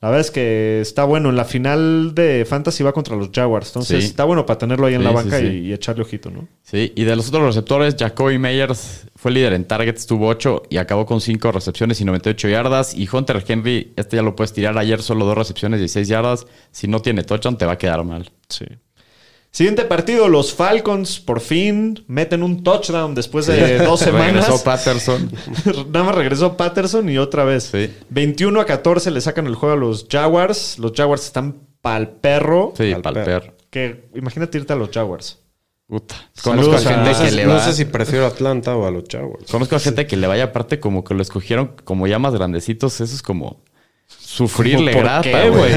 La verdad es que está bueno. En la final de Fantasy va contra los Jaguars. Entonces
Sí.
está bueno para tenerlo ahí en
Sí,
la
sí,
banca
sí.
Y, y echarle ojito, ¿no?
Sí, y de los otros receptores, Jacoby Meyers fue líder en targets, tuvo 8 y acabó con 5 recepciones y 98 yardas. Y Hunter Henry, este ya lo puedes tirar ayer, solo 2 recepciones y 16 yardas. Si no tiene touchdown, te va a quedar mal.
Sí. Siguiente partido, los Falcons por fin meten un touchdown después de dos
Regresó
semanas.
Patterson.
Nada más regresó Patterson y otra vez.
Sí.
21 a 14 le sacan el juego a los Jaguars. Los Jaguars están pal perro.
Sí,
Al
pal
perro.
perro.
Que imagínate irte a los Jaguars.
Puta. Conozco a
Saludos a-
gente
no, sé,
que le
no
va.
sé si prefiero a Atlanta o a los Jaguars.
Conozco a gente que le vaya aparte como que lo escogieron como ya más grandecitos. Eso es como sufrirle
¿Por
grata,
qué,
güey.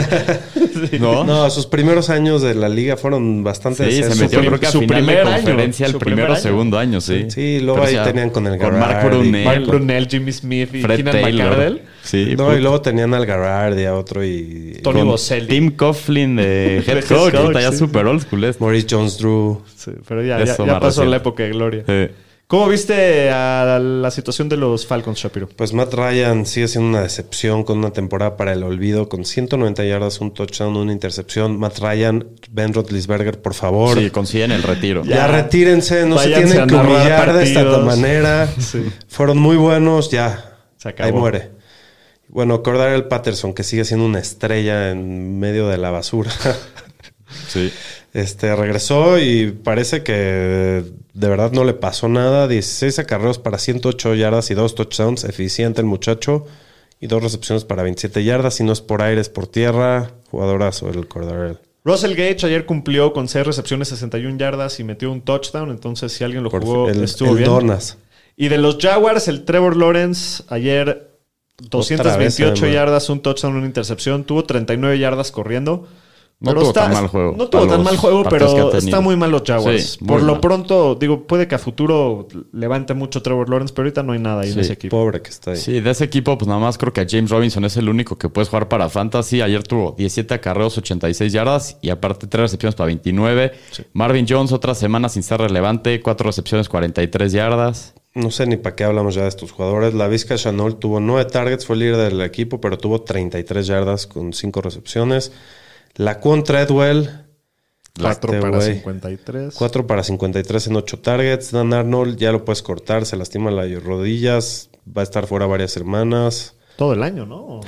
¿No?
No, sus primeros años de la liga fueron bastante
Sí, se
descensos.
metió
prim-
creo que a
su
final de
primer año,
conferencia el
su
primero
primer
o
año.
segundo año, sí.
Sí, luego
Pero
ahí
ya
tenían con el
Con
Garrard
Mark
y
Brunell.
Mark Brunell, Jimmy Smith y
Fred
Keenan
Taylor.
McCardell.
Sí.
No, y luego tenían al Garrard y a otro y...
Tony
Con
Boselli.
Tim Coughlin de
De
head
head
coach.
coach,
Está ya
sí.
super old school este.
Maurice Jones-Drew.
Sí, pero ya, ya-
Eso
ya
más
pasó
reciente.
la época de gloria.
Sí.
¿Cómo viste a la situación de los Falcons, Shapiro?
Pues Matt Ryan sigue siendo una decepción con una temporada para el olvido, con 190 yardas, un touchdown, una intercepción. Matt Ryan, Ben Roethlisberger, por favor.
Sí, consiguen el retiro.
Ya,
Ya.
retírense, no se
Váyanse
tienen
a
que
narrar
humillar de esta
partidos.
manera.
Sí.
Fueron muy buenos, ya.
Se acabó.
Ahí muere. Bueno, acordar el Patterson, que sigue siendo una estrella en medio de la basura.
Sí.
Este regresó y parece que de verdad no le pasó nada. 16 acarreos para 108 yardas y dos touchdowns. Eficiente el muchacho. Y dos recepciones para 27 yardas. Si no es por aire, es por tierra. Jugadorazo el Cordarel.
Russell Gage ayer cumplió con 6 recepciones, 61 yardas y metió un touchdown. Entonces, si alguien lo
Por
jugó,
el,
estuvo
el
bien.
Donas.
Y de los Jaguars, el Trevor Lawrence ayer
Otra vez,
228
además.
yardas, un touchdown, una intercepción. Tuvo 39 yardas corriendo.
No
Pero
tuvo tan mal juego
No tuvo
para
tan
los
mal juego,
partidos que ha
pero
tenido.
está muy mal los Jaguars.
Sí, muy
Por lo
mal.
pronto, digo, puede que a futuro levante mucho Trevor Lawrence, pero ahorita no hay nada ahí en
Sí.
ese equipo.
Pobre que está ahí.
Sí, de ese equipo, pues nada más creo que James Robinson es el único que puedes jugar para Fantasy. Ayer tuvo 17 acarreos, 86 yardas y aparte 3 recepciones para 29. Marvin Jones, otra semana sin ser relevante, 4 recepciones, 43 yardas.
No sé ni para qué hablamos ya de estos jugadores. La Vizca Chanol tuvo 9 targets, fue líder del equipo, pero tuvo 33 yardas con 5 recepciones. La Quan Treadwell
4
Este
para
güey.
53.
4 para 53 en 8 targets. Dan Arnold ya lo puedes cortar, se lastima las rodillas, va a estar fuera varias semanas.
Todo el año, ¿no?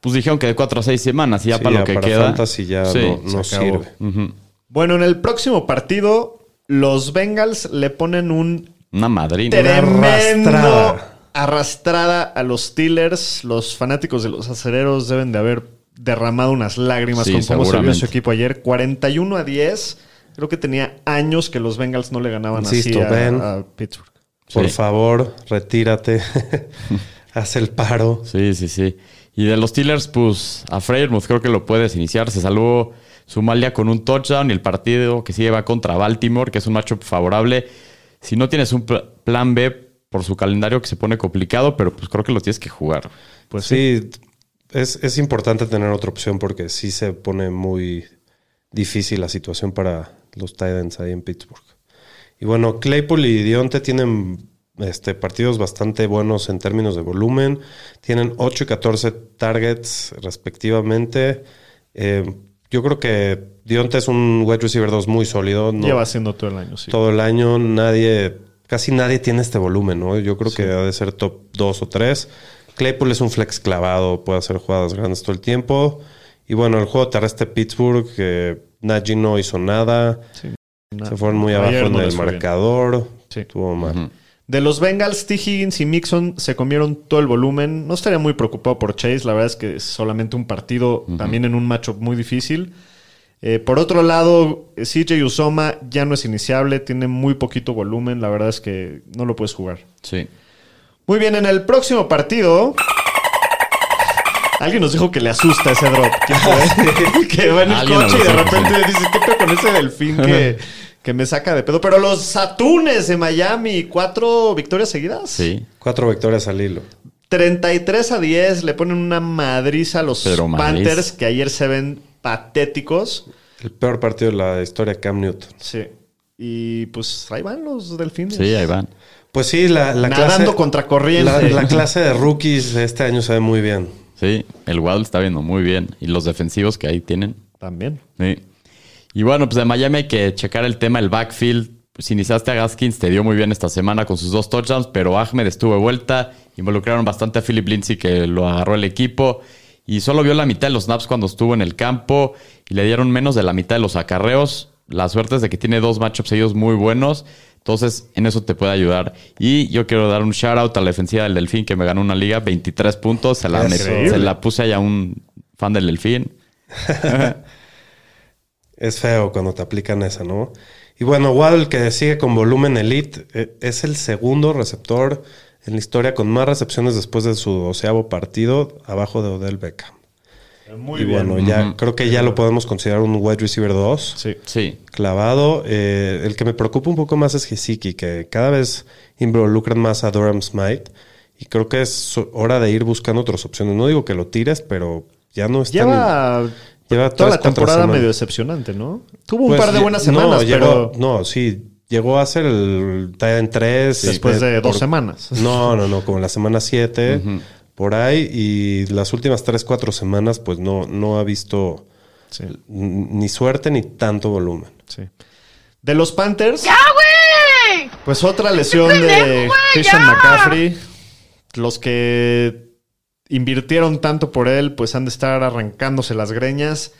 Pues dijeron que de 4 a 6 semanas y ya
Sí,
para
ya
lo que
para
queda.
Fantasy ya
Sí.
no, no
se acabó.
sirve.
Ujú.
Bueno, en el próximo partido, los Bengals le ponen un
Una madrina.
tremendo
arrastrada.
arrastrada a los Steelers. Los fanáticos de los acereros deben de haber derramado unas lágrimas
Sí,
con cómo se vio
seguramente.
su equipo ayer. 41 a 10. Creo que tenía años que los Bengals no le ganaban
Insisto,
así a-
Ben.
a Pittsburgh.
Por
Sí.
favor, retírate. Haz el paro.
Sí, sí, sí. Y de los Steelers, pues a Freyrmuth creo que lo puedes iniciar. Se salvó Somalia con un touchdown y el partido que sigue va contra Baltimore, que es un matchup favorable. Si no tienes un pl- plan B por su calendario que se pone complicado, pero pues creo que lo tienes que jugar.
Pues sí.
sí, es, es importante tener otra opción porque sí se pone muy difícil la situación para los Titans ahí en Pittsburgh. Y bueno, Claypool y Dionte tienen este, partidos bastante buenos en términos de volumen. Tienen 8 y 14 targets respectivamente. Eh, yo creo que Dionte es un wide receiver 2 muy sólido. No,
Lleva haciendo todo el año, sí.
todo el año nadie, casi nadie tiene este volumen, ¿no? Yo creo que ha de ser top 2 o 3. Claypool es un flex clavado, puede hacer jugadas grandes todo el tiempo. Y bueno, el juego terrestre Pittsburgh, que Najee no hizo nada,
Nada.
se fueron muy
Ayer
abajo
no
en
les
el
fue bien.
marcador,
Sí.
estuvo mal.
De los Bengals, T. Higgins y Mixon se comieron todo el volumen. No estaría muy preocupado por Chase. La verdad es que es solamente un partido también en un matchup muy difícil. Eh, por otro lado, eh, CJ Usoma ya no es iniciable. Tiene muy poquito volumen. La verdad es que no lo puedes jugar.
Sí.
Muy bien, en el próximo partido. Alguien nos dijo que le asusta ese drop. ¿Quién fue? que va en el
Alguien
coche y de
nos dijo,
repente dices, ¿qué pedo con ese delfín que, que me saca de pedo? Pero los Atunes de Miami, cuatro victorias seguidas.
Sí.
Cuatro victorias al hilo.
33 a 10 le ponen una madriza a los
Pero
Panthers
madriz.
que ayer se ven patéticos.
El peor partido de la historia, Cam Newton.
Sí. Y pues ahí van los delfines.
Sí, ahí van.
Pues sí, la, la
Nadando
clase...
contra corriente.
La, la clase de rookies de este año se ve muy bien.
Sí. El Wild está viendo muy bien. Y los defensivos que ahí tienen.
También.
Sí. Y bueno, pues de Miami hay que checar el tema del backfield. Pues, Si iniciaste a Gaskins, te dio muy bien esta semana con sus dos touchdowns, pero Ahmed estuvo de vuelta. Involucraron bastante a Philip Lindsay, que lo agarró el equipo. Y solo vio la mitad de los snaps cuando estuvo en el campo. Y le dieron menos de la mitad de los acarreos. La suerte es de que tiene dos matchups seguidos muy buenos. Entonces, en eso te puede ayudar. Y yo quiero dar un shout out a la defensiva del Delfín, que me ganó una liga, 23 puntos. Se la,
Increíble.
se la puse ahí a un fan del Delfín.
Es feo cuando te aplican esa, ¿no? Y bueno, Waddle que sigue con volumen elite, eh, es el segundo receptor en la historia con más recepciones después de su doceavo partido, abajo de Odell Beckham.
Muy
y bueno, ya creo que ya lo podemos considerar un wide receiver 2
Sí.
Sí,
clavado. Eh, el que me preocupa un poco más es Gesicki, que cada vez involucran más a Durham Smite. Y creo que es so- hora de ir buscando otras opciones. No digo que lo tires, pero ya no está.
Lleva, toda
lleva tres,
la
cuatro
temporada
semanas.
medio decepcionante, ¿no? Tuvo
Pues,
un par de
ye-
buenas semanas,
no,
pero
llegó- no, sí, llegó a ser el en 3.
después de dos semanas.
eh, No, no, no, como la semana 7, por ahí. Y las últimas 3, 4 semanas, pues no, no ha visto
Sí,
n- ni suerte ni tanto volumen.
sí. De los Panthers. Pues otra lesión de Christian McCaffrey. Los que invirtieron tanto por él, pues han de estar arrancándose las greñas.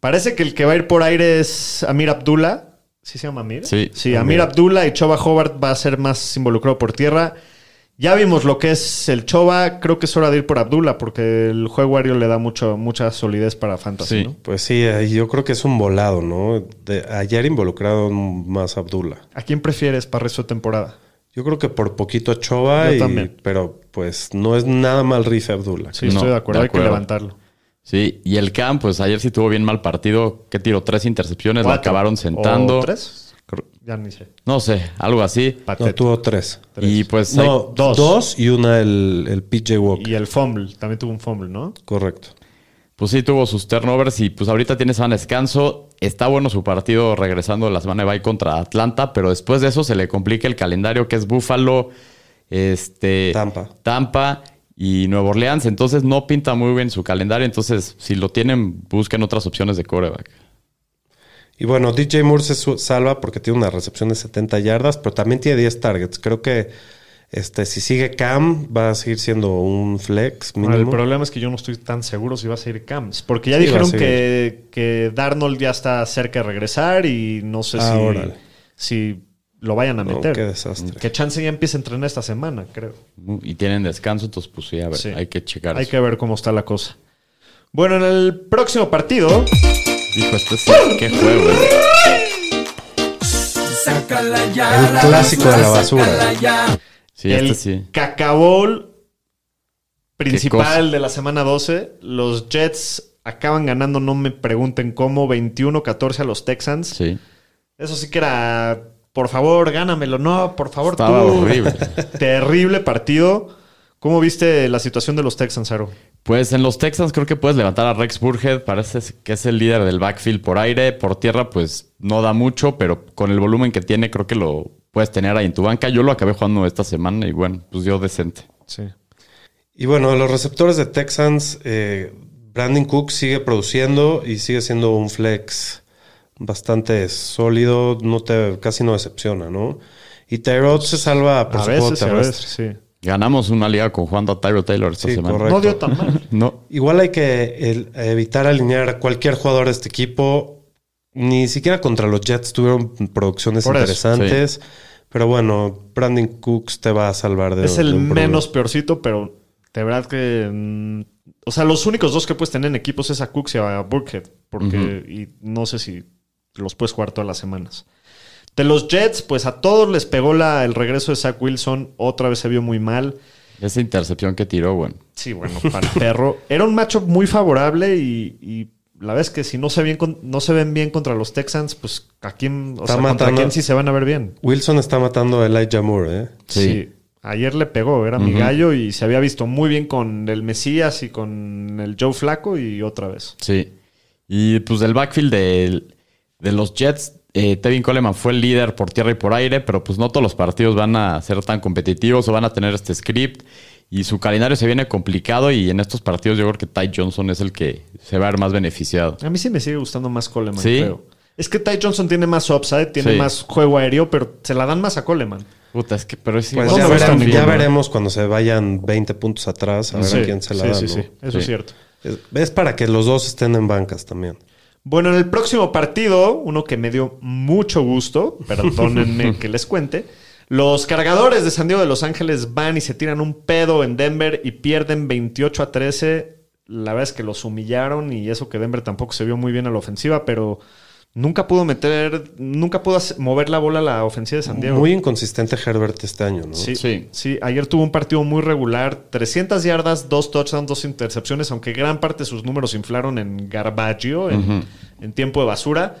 Parece que el que va a ir por aire es Amir Abdullah. ¿Sí se llama Amir?
Sí.
Sí, Amir Abdullah y Choba Hobart va a ser más involucrado por tierra. Ya vimos lo que es el Choba. Creo que es hora de ir por Abdullah porque el juego aéreo le da mucho, mucha solidez para Fantasy,
Sí.
¿no?
Pues sí, ahí yo creo que es un volado, ¿no? De, ayer involucrado más Abdullah.
¿A quién prefieres para el resto de temporada?
Yo creo que por poquito a Choba,
Yo
y-
también.
pero pues no es nada mal riff Abdullah.
Sí,
No,
estoy de acuerdo.
de
Hay que
acuerdo.
levantarlo.
Sí, y el Cam, pues ayer sí tuvo bien mal partido. ¿Qué tiró? Tres intercepciones, lo
Cuatro.
acabaron sentando.
¿O ¿Tres?
Cor-
Ya ni sé.
No sé, algo así.
No, tuvo tres.
Y pues
No,
Dos.
dos. y una el, el PJ Walker.
Y el fumble, también tuvo un fumble, ¿no?
Correcto.
Pues sí, tuvo sus turnovers y pues ahorita tiene semana de descanso. Está bueno su partido regresando la semana de bye contra Atlanta, pero después de eso se le complica el calendario que es Búfalo, este,
Tampa.
Tampa y Nueva Orleans. Entonces no pinta muy bien su calendario. Entonces, si lo tienen, busquen otras opciones de coreback.
Y bueno, DJ Moore se su- salva porque tiene una recepción de 70 yardas, pero también tiene 10 targets. Creo que este, si sigue Cam, va a seguir siendo un flex
Ahora, el
mínimo.
problema es que yo no estoy tan seguro si va a seguir Cams. Porque ya
Sí, va a
dijeron
seguir.
que, que Darnold ya está cerca de regresar y no sé
Ah,
si,
órale.
si lo vayan a
No,
meter.
Oh, qué desastre.
Que Chance ya empieza a entrenar esta semana, creo.
Y tienen descanso, entonces pues sí, a ver,
Sí.
hay que checar.
Hay
eso.
que ver cómo está la cosa. Bueno, en el próximo partido,
Hijo, este es qué juego.
El clásico de la basura.
Sí,
el
este sí.
Cacabol
cosa.
principal de la semana 12, los Jets acaban ganando, no me pregunten cómo, 21-14 a los Texans.
Sí.
Eso sí que era, por favor, gánamelo, no, por favor,
Estaba
tú.
horrible.
Terrible partido. ¿Cómo viste la situación de los Texans, Aro?
Pues en los Texans creo que puedes levantar a Rex Burhead. Parece que es el líder del backfield por aire. Por tierra, pues no da mucho, pero con el volumen que tiene, creo que lo puedes tener ahí en tu banca. Yo lo acabé jugando esta semana y bueno, pues dio decente.
Sí.
Y bueno, de los receptores de Texans, eh, Brandon Cook sigue produciendo y sigue siendo un flex bastante sólido, no te, casi no decepciona, ¿no? Y Tyrod se salva por
a
su juego
veces, a veces,
terrestre.
sí.
Ganamos una liga con Juan Tyro Taylor esta
Sí,
semana.
correcto.
No dio tan mal.
No.
Igual hay que el- evitar alinear a cualquier jugador de este equipo. Ni siquiera contra los Jets tuvieron producciones
Por eso,
interesantes. Pero bueno, Brandon Cooks te va a salvar de
es
de
el
un problema.
menos peorcito, pero de verdad que. mm, o sea, los únicos dos que puedes tener en equipos es a Cooks y a Burkhead. Porque. Y no sé si los puedes jugar todas las semanas. De los Jets, pues a todos les pegó la, el regreso de Zach Wilson. Otra vez se vio muy mal.
Esa intercepción que tiró, bueno.
Sí, bueno, para el perro. Era un matchup muy favorable y. y la verdad es que si no se, bien con- no se ven bien contra los Texans, pues a quién, o
Está
sea, contra
matando-
quién sí se van a ver bien.
Wilson está matando a Elijah Moore, ¿eh?
Sí.
Sí. Ayer le pegó, era mi gallo y se había visto muy bien con el Mesías y con el Joe Flaco y otra vez.
Sí. Y pues del backfield del- de, los Jets, eh, Tevin Coleman fue el líder por tierra y por aire, pero pues no todos los partidos van a ser tan competitivos o van a tener este script. Y su calendario se viene complicado y en estos partidos yo creo que Ty Johnson es el que se va a ver más beneficiado.
A mí sí me sigue gustando más Coleman,
Sí.
creo. Es que Ty Johnson tiene más upside, tiene
Sí.
más juego aéreo, pero se la dan más a Coleman.
Puta, es que pero es
Pues
igual
ya,
no
de
me gusta
veremos,
bien,
ya
¿no?
veremos cuando se vayan 20 puntos atrás, a ver
Sí,
a quién se la
sí,
da,
sí,
¿no?
sí. Eso
Sí.
es cierto.
Es, es para que los dos estén en bancas también.
Bueno, en el próximo partido, uno que me dio mucho gusto, perdónenme que les cuente, los cargadores de San Diego de Los Ángeles van y se tiran un pedo en Denver y pierden 28 a 13. La verdad es que los humillaron y eso que Denver tampoco se vio muy bien a la ofensiva, pero nunca pudo meter, nunca pudo hacer- mover la bola a la ofensiva de San Diego.
Muy inconsistente Herbert este año, ¿no?
Sí,
Sí.
sí. ayer tuvo un partido muy regular, 300 yardas, dos touchdowns, dos intercepciones, aunque gran parte de sus números inflaron en garbaggio, en, en tiempo de basura.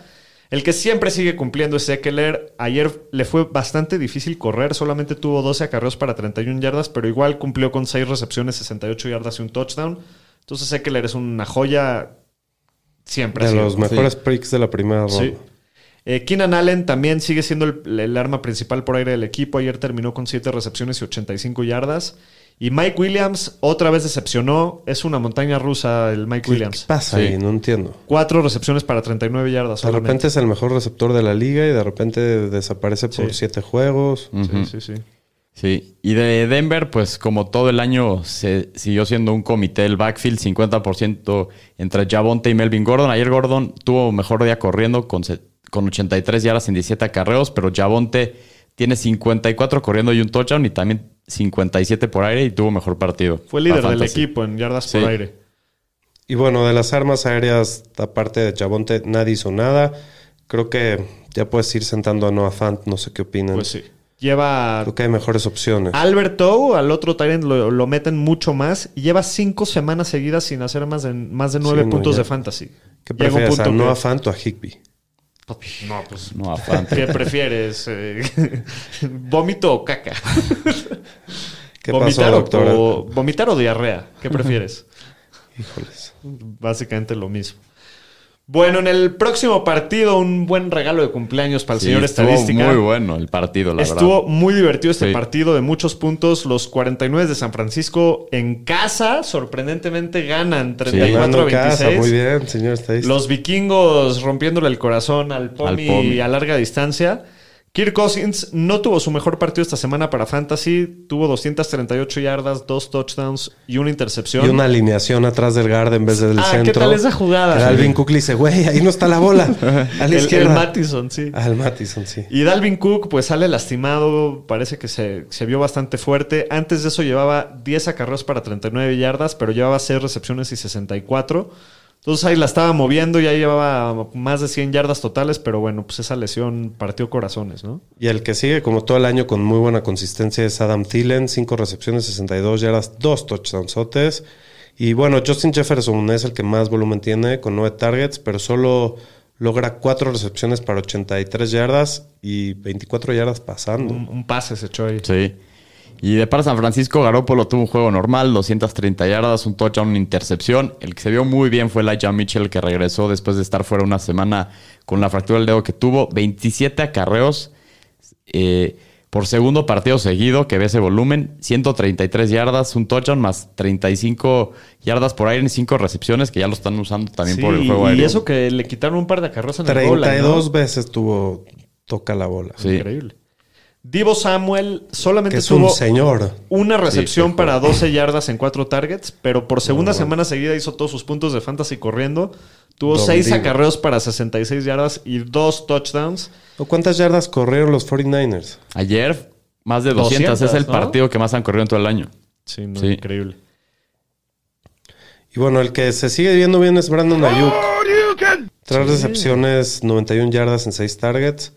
El que siempre sigue cumpliendo es Eckler. Ayer le fue bastante difícil correr, solamente tuvo 12 acarreos para 31 yardas, pero igual cumplió con 6 recepciones, 68 yardas y un touchdown. Entonces Eckler es una joya siempre. ha
De
sido.
los mejores picks de la primera ronda.
Sí. Eh, Keenan Allen también sigue siendo el, el arma principal por aire del equipo. Ayer terminó con 7 recepciones y 85 yardas. Y Mike Williams otra vez decepcionó. Es una montaña rusa el Mike
¿Qué
Williams.
pasa
Sí.
ahí? No entiendo.
Cuatro recepciones para 39 yardas.
De
solamente.
repente es el mejor receptor de la liga y de repente desaparece por siete juegos.
Sí, sí, sí.
Sí, y de Denver, pues como todo el año se siguió siendo un comité del backfield, 50% entre Javonte y Melvin Gordon. Ayer Gordon tuvo mejor día corriendo con, se- con 83 yardas en 17 acarreos, pero Javonte tiene 54 corriendo y un touchdown y también 57 por aire y tuvo mejor partido.
Fue líder
Para
del
fantasy.
equipo en yardas
Sí.
por aire.
Y bueno, de las armas aéreas, aparte de Chabonte, nadie hizo nada. Creo que ya puedes ir sentando a Noah Fant, no sé qué opinan.
Pues sí. Ah, Lleva
Creo que hay mejores opciones.
Albert Alberto, al otro Tyrant lo, lo meten mucho más. Y lleva cinco semanas seguidas sin hacer más de, más de nueve
Sí, no,
puntos
ya.
de fantasy. Llega
¿Qué
un
prefieres, a
punto
Noah
que-
Fant o a Higby?
No, pues
No, afán.
¿Qué prefieres? eh, ¿Vómito o caca?
¿Qué pasó,
o-
doctora?
o, ¿Vomitar o diarrea? ¿Qué prefieres?
Híjoles.
Básicamente lo mismo. Bueno, en el próximo partido, un buen regalo de cumpleaños para el
Sí,
señor
estuvo
Estadística.
Muy bueno el partido, la
Estuvo
verdad.
muy divertido este
Sí.
partido de muchos puntos. Los 49 de San Francisco en casa, sorprendentemente, ganan 34 a
Ganando
26.
casa, muy bien, señor estadista.
Los vikingos rompiéndole el corazón al Pomi,
Al Pomi.
a larga distancia. Kirk Cousins no tuvo su mejor partido esta semana para Fantasy. Tuvo 238 yardas, dos touchdowns y una intercepción.
Y una alineación atrás del guard en vez del
Ah, ¿qué
centro.
tal esa jugada?
El Alvin Cook le dice, güey, ahí no está la bola. A
El-
la
el,
izquierda.
Mattison, sí.
Al Mattison, sí.
Y Dalvin Cook, pues sale lastimado, parece que se, se vio bastante fuerte. Antes de eso llevaba 10 acarreos para 39 yardas, pero llevaba 6 recepciones y 64. Entonces ahí la estaba moviendo, ya llevaba más de 100 yardas totales, pero bueno, pues esa lesión partió corazones, ¿no?
Y el que sigue, como todo el año, con muy buena consistencia es Adam Thielen. Cinco recepciones, 62 yardas, dos touchdownsotes. Y bueno, Justin Jefferson es el que más volumen tiene, con nueve targets, pero solo logra cuatro recepciones para 83 yardas y 24 yardas pasando.
Un, un pase se echó ahí.
Sí. Y de par San Francisco, Garoppolo tuvo un juego normal, 230 yardas, un touchdown, una intercepción. El que se vio muy bien fue Elijah Mitchell, que regresó después de estar fuera una semana con la fractura del dedo que tuvo. 27 acarreos eh, por segundo partido seguido, que ve ese volumen. 133 yardas, un touchdown, más 35 yardas por aire en 5 recepciones, que ya lo están usando también
Sí,
por el juego
y
aéreo.
eso que le quitaron un par de acarreos en el gol line, ¿no?
32 veces tuvo toca la bola.
Sí.
Increíble. Divo Samuel solamente
Que es
tuvo
un señor.
una recepción para 12 yardas en cuatro targets, pero por segunda semana seguida hizo todos sus puntos de fantasy corriendo. Tuvo
Don
6
Divo.
acarreos para 66 yardas y dos touchdowns.
¿O ¿Cuántas yardas corrieron los 49ers?
Ayer, más de 200.
200,
es el
¿no?
partido que más han corrido en todo el año.
Sí, no,
Sí.
increíble.
Y bueno, el que se sigue viendo bien es Brandon Ayuk. Tres recepciones, 91 yardas en 6 targets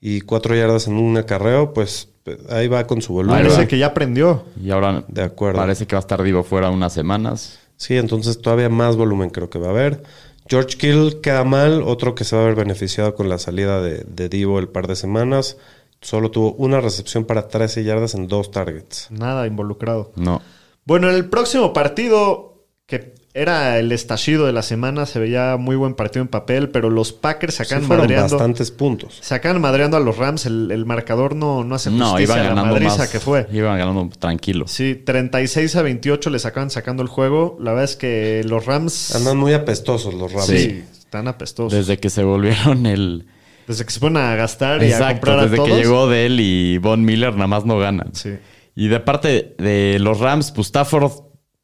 y 4 yardas en un acarreo. Pues eh, ahí va con su volumen.
Parece que ya aprendió.
Y ahora
De acuerdo.
parece que va a estar Divo fuera unas semanas.
Sí, entonces todavía más volumen creo que va a haber. George Kill queda mal, otro que se va a ver beneficiado con la salida de, de Divo el par de semanas. Solo tuvo una recepción para 13 yardas en dos targets.
Nada involucrado.
No.
Bueno, en el próximo partido, que era el estallido de la semana, se veía muy buen partido en papel, pero los Packers
Sí
sacan
fueron
madreando.
bastantes puntos.
Sacan madreando a los Rams, el, el marcador no, no hace
No,
justicia
iban
a la
ganando
madriza
más.
que fue.
Iban ganando tranquilo.
Sí, 36 a 28 les acaban sacando el juego. La verdad es que los Rams
Andan muy apestosos los Rams.
sí, están apestosos. Desde,
Desde que se volvieron el...
que se ponen a gastar y a
Exacto,
comprar a
desde
todos.
que llegó de él y Von Miller nada más no ganan.
Sí.
Y de parte de los Rams, pues Stafford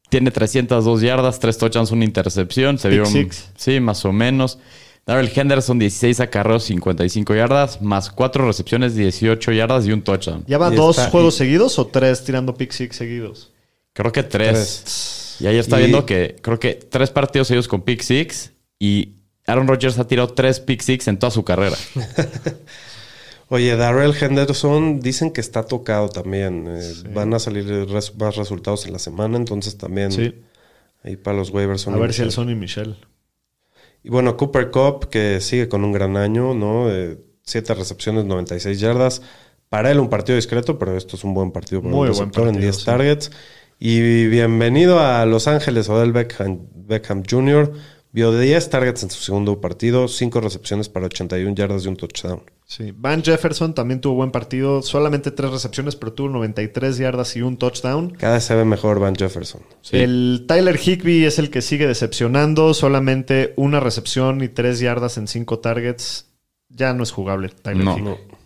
tiene 302 yardas, 3 touchdowns, una intercepción. Se
Pick
vio...
six.
Sí, más o menos. Darrell Henderson, 16 acarreos, 55 yardas, más 4 recepciones, 18 yardas y un touchdown.
¿Ya va
Y
dos
está-
juegos seguidos o tres tirando pick six seguidos?
Creo que tres. Y ahí está
Y-
viendo que creo que tres partidos ellos con pick six y Aaron Rodgers ha tirado tres pick six en toda su carrera.
Oye, Darrell Henderson dicen que está tocado también. eh, Van a salir res- más resultados en la semana, entonces también
Sí.
ahí para los waivers. son
A ver si el
Michel.
Sony Michel.
Y bueno, Cooper Cup, que sigue con un gran año, ¿no? Eh, siete recepciones, 96 yardas. Para él un partido discreto, pero esto es un buen partido para
Muy
un
buen
receptor en
partido,
10
sí.
targets. Y bienvenido a Los Ángeles, Odell Beckham, Beckham Jr. Vio 10 targets en su segundo partido, cinco recepciones para 81 yardas y un touchdown.
Sí. Van Jefferson también tuvo buen partido. Solamente tres recepciones, pero tuvo 93 yardas y un touchdown.
Cada vez se ve mejor Van Jefferson.
Sí.
El Tyler Higby es el que sigue decepcionando. Solamente una recepción y tres yardas en cinco targets. Ya no es jugable, Tyler
No.
Higbee.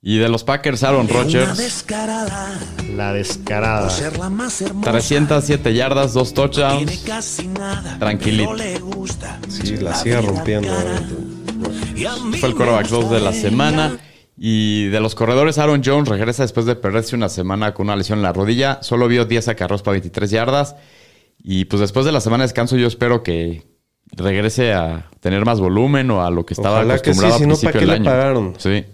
Y de los Packers, Aaron Rodgers,
descarada,
La descarada.
la más hermosa.
307 yardas, dos touchdowns.
casi nada.
Tranquilito.
pero le gusta.
Sí, la sigue
vida
rompiendo.
cara.
¿eh?
Y a mí
Fue el
me
quarterback
gusta
2 de la
ella.
semana. Y de los corredores, Aaron Jones regresa después de perderse una semana con una lesión en la rodilla. Solo vio 10 acarreos para 23 yardas. Y pues después de la semana de descanso, yo espero que regrese a tener más volumen o a lo que estaba
Ojalá que sí,
acostumbrado
si
a
no,
principio
¿para qué
del
le
año.
pagaron?
Sí.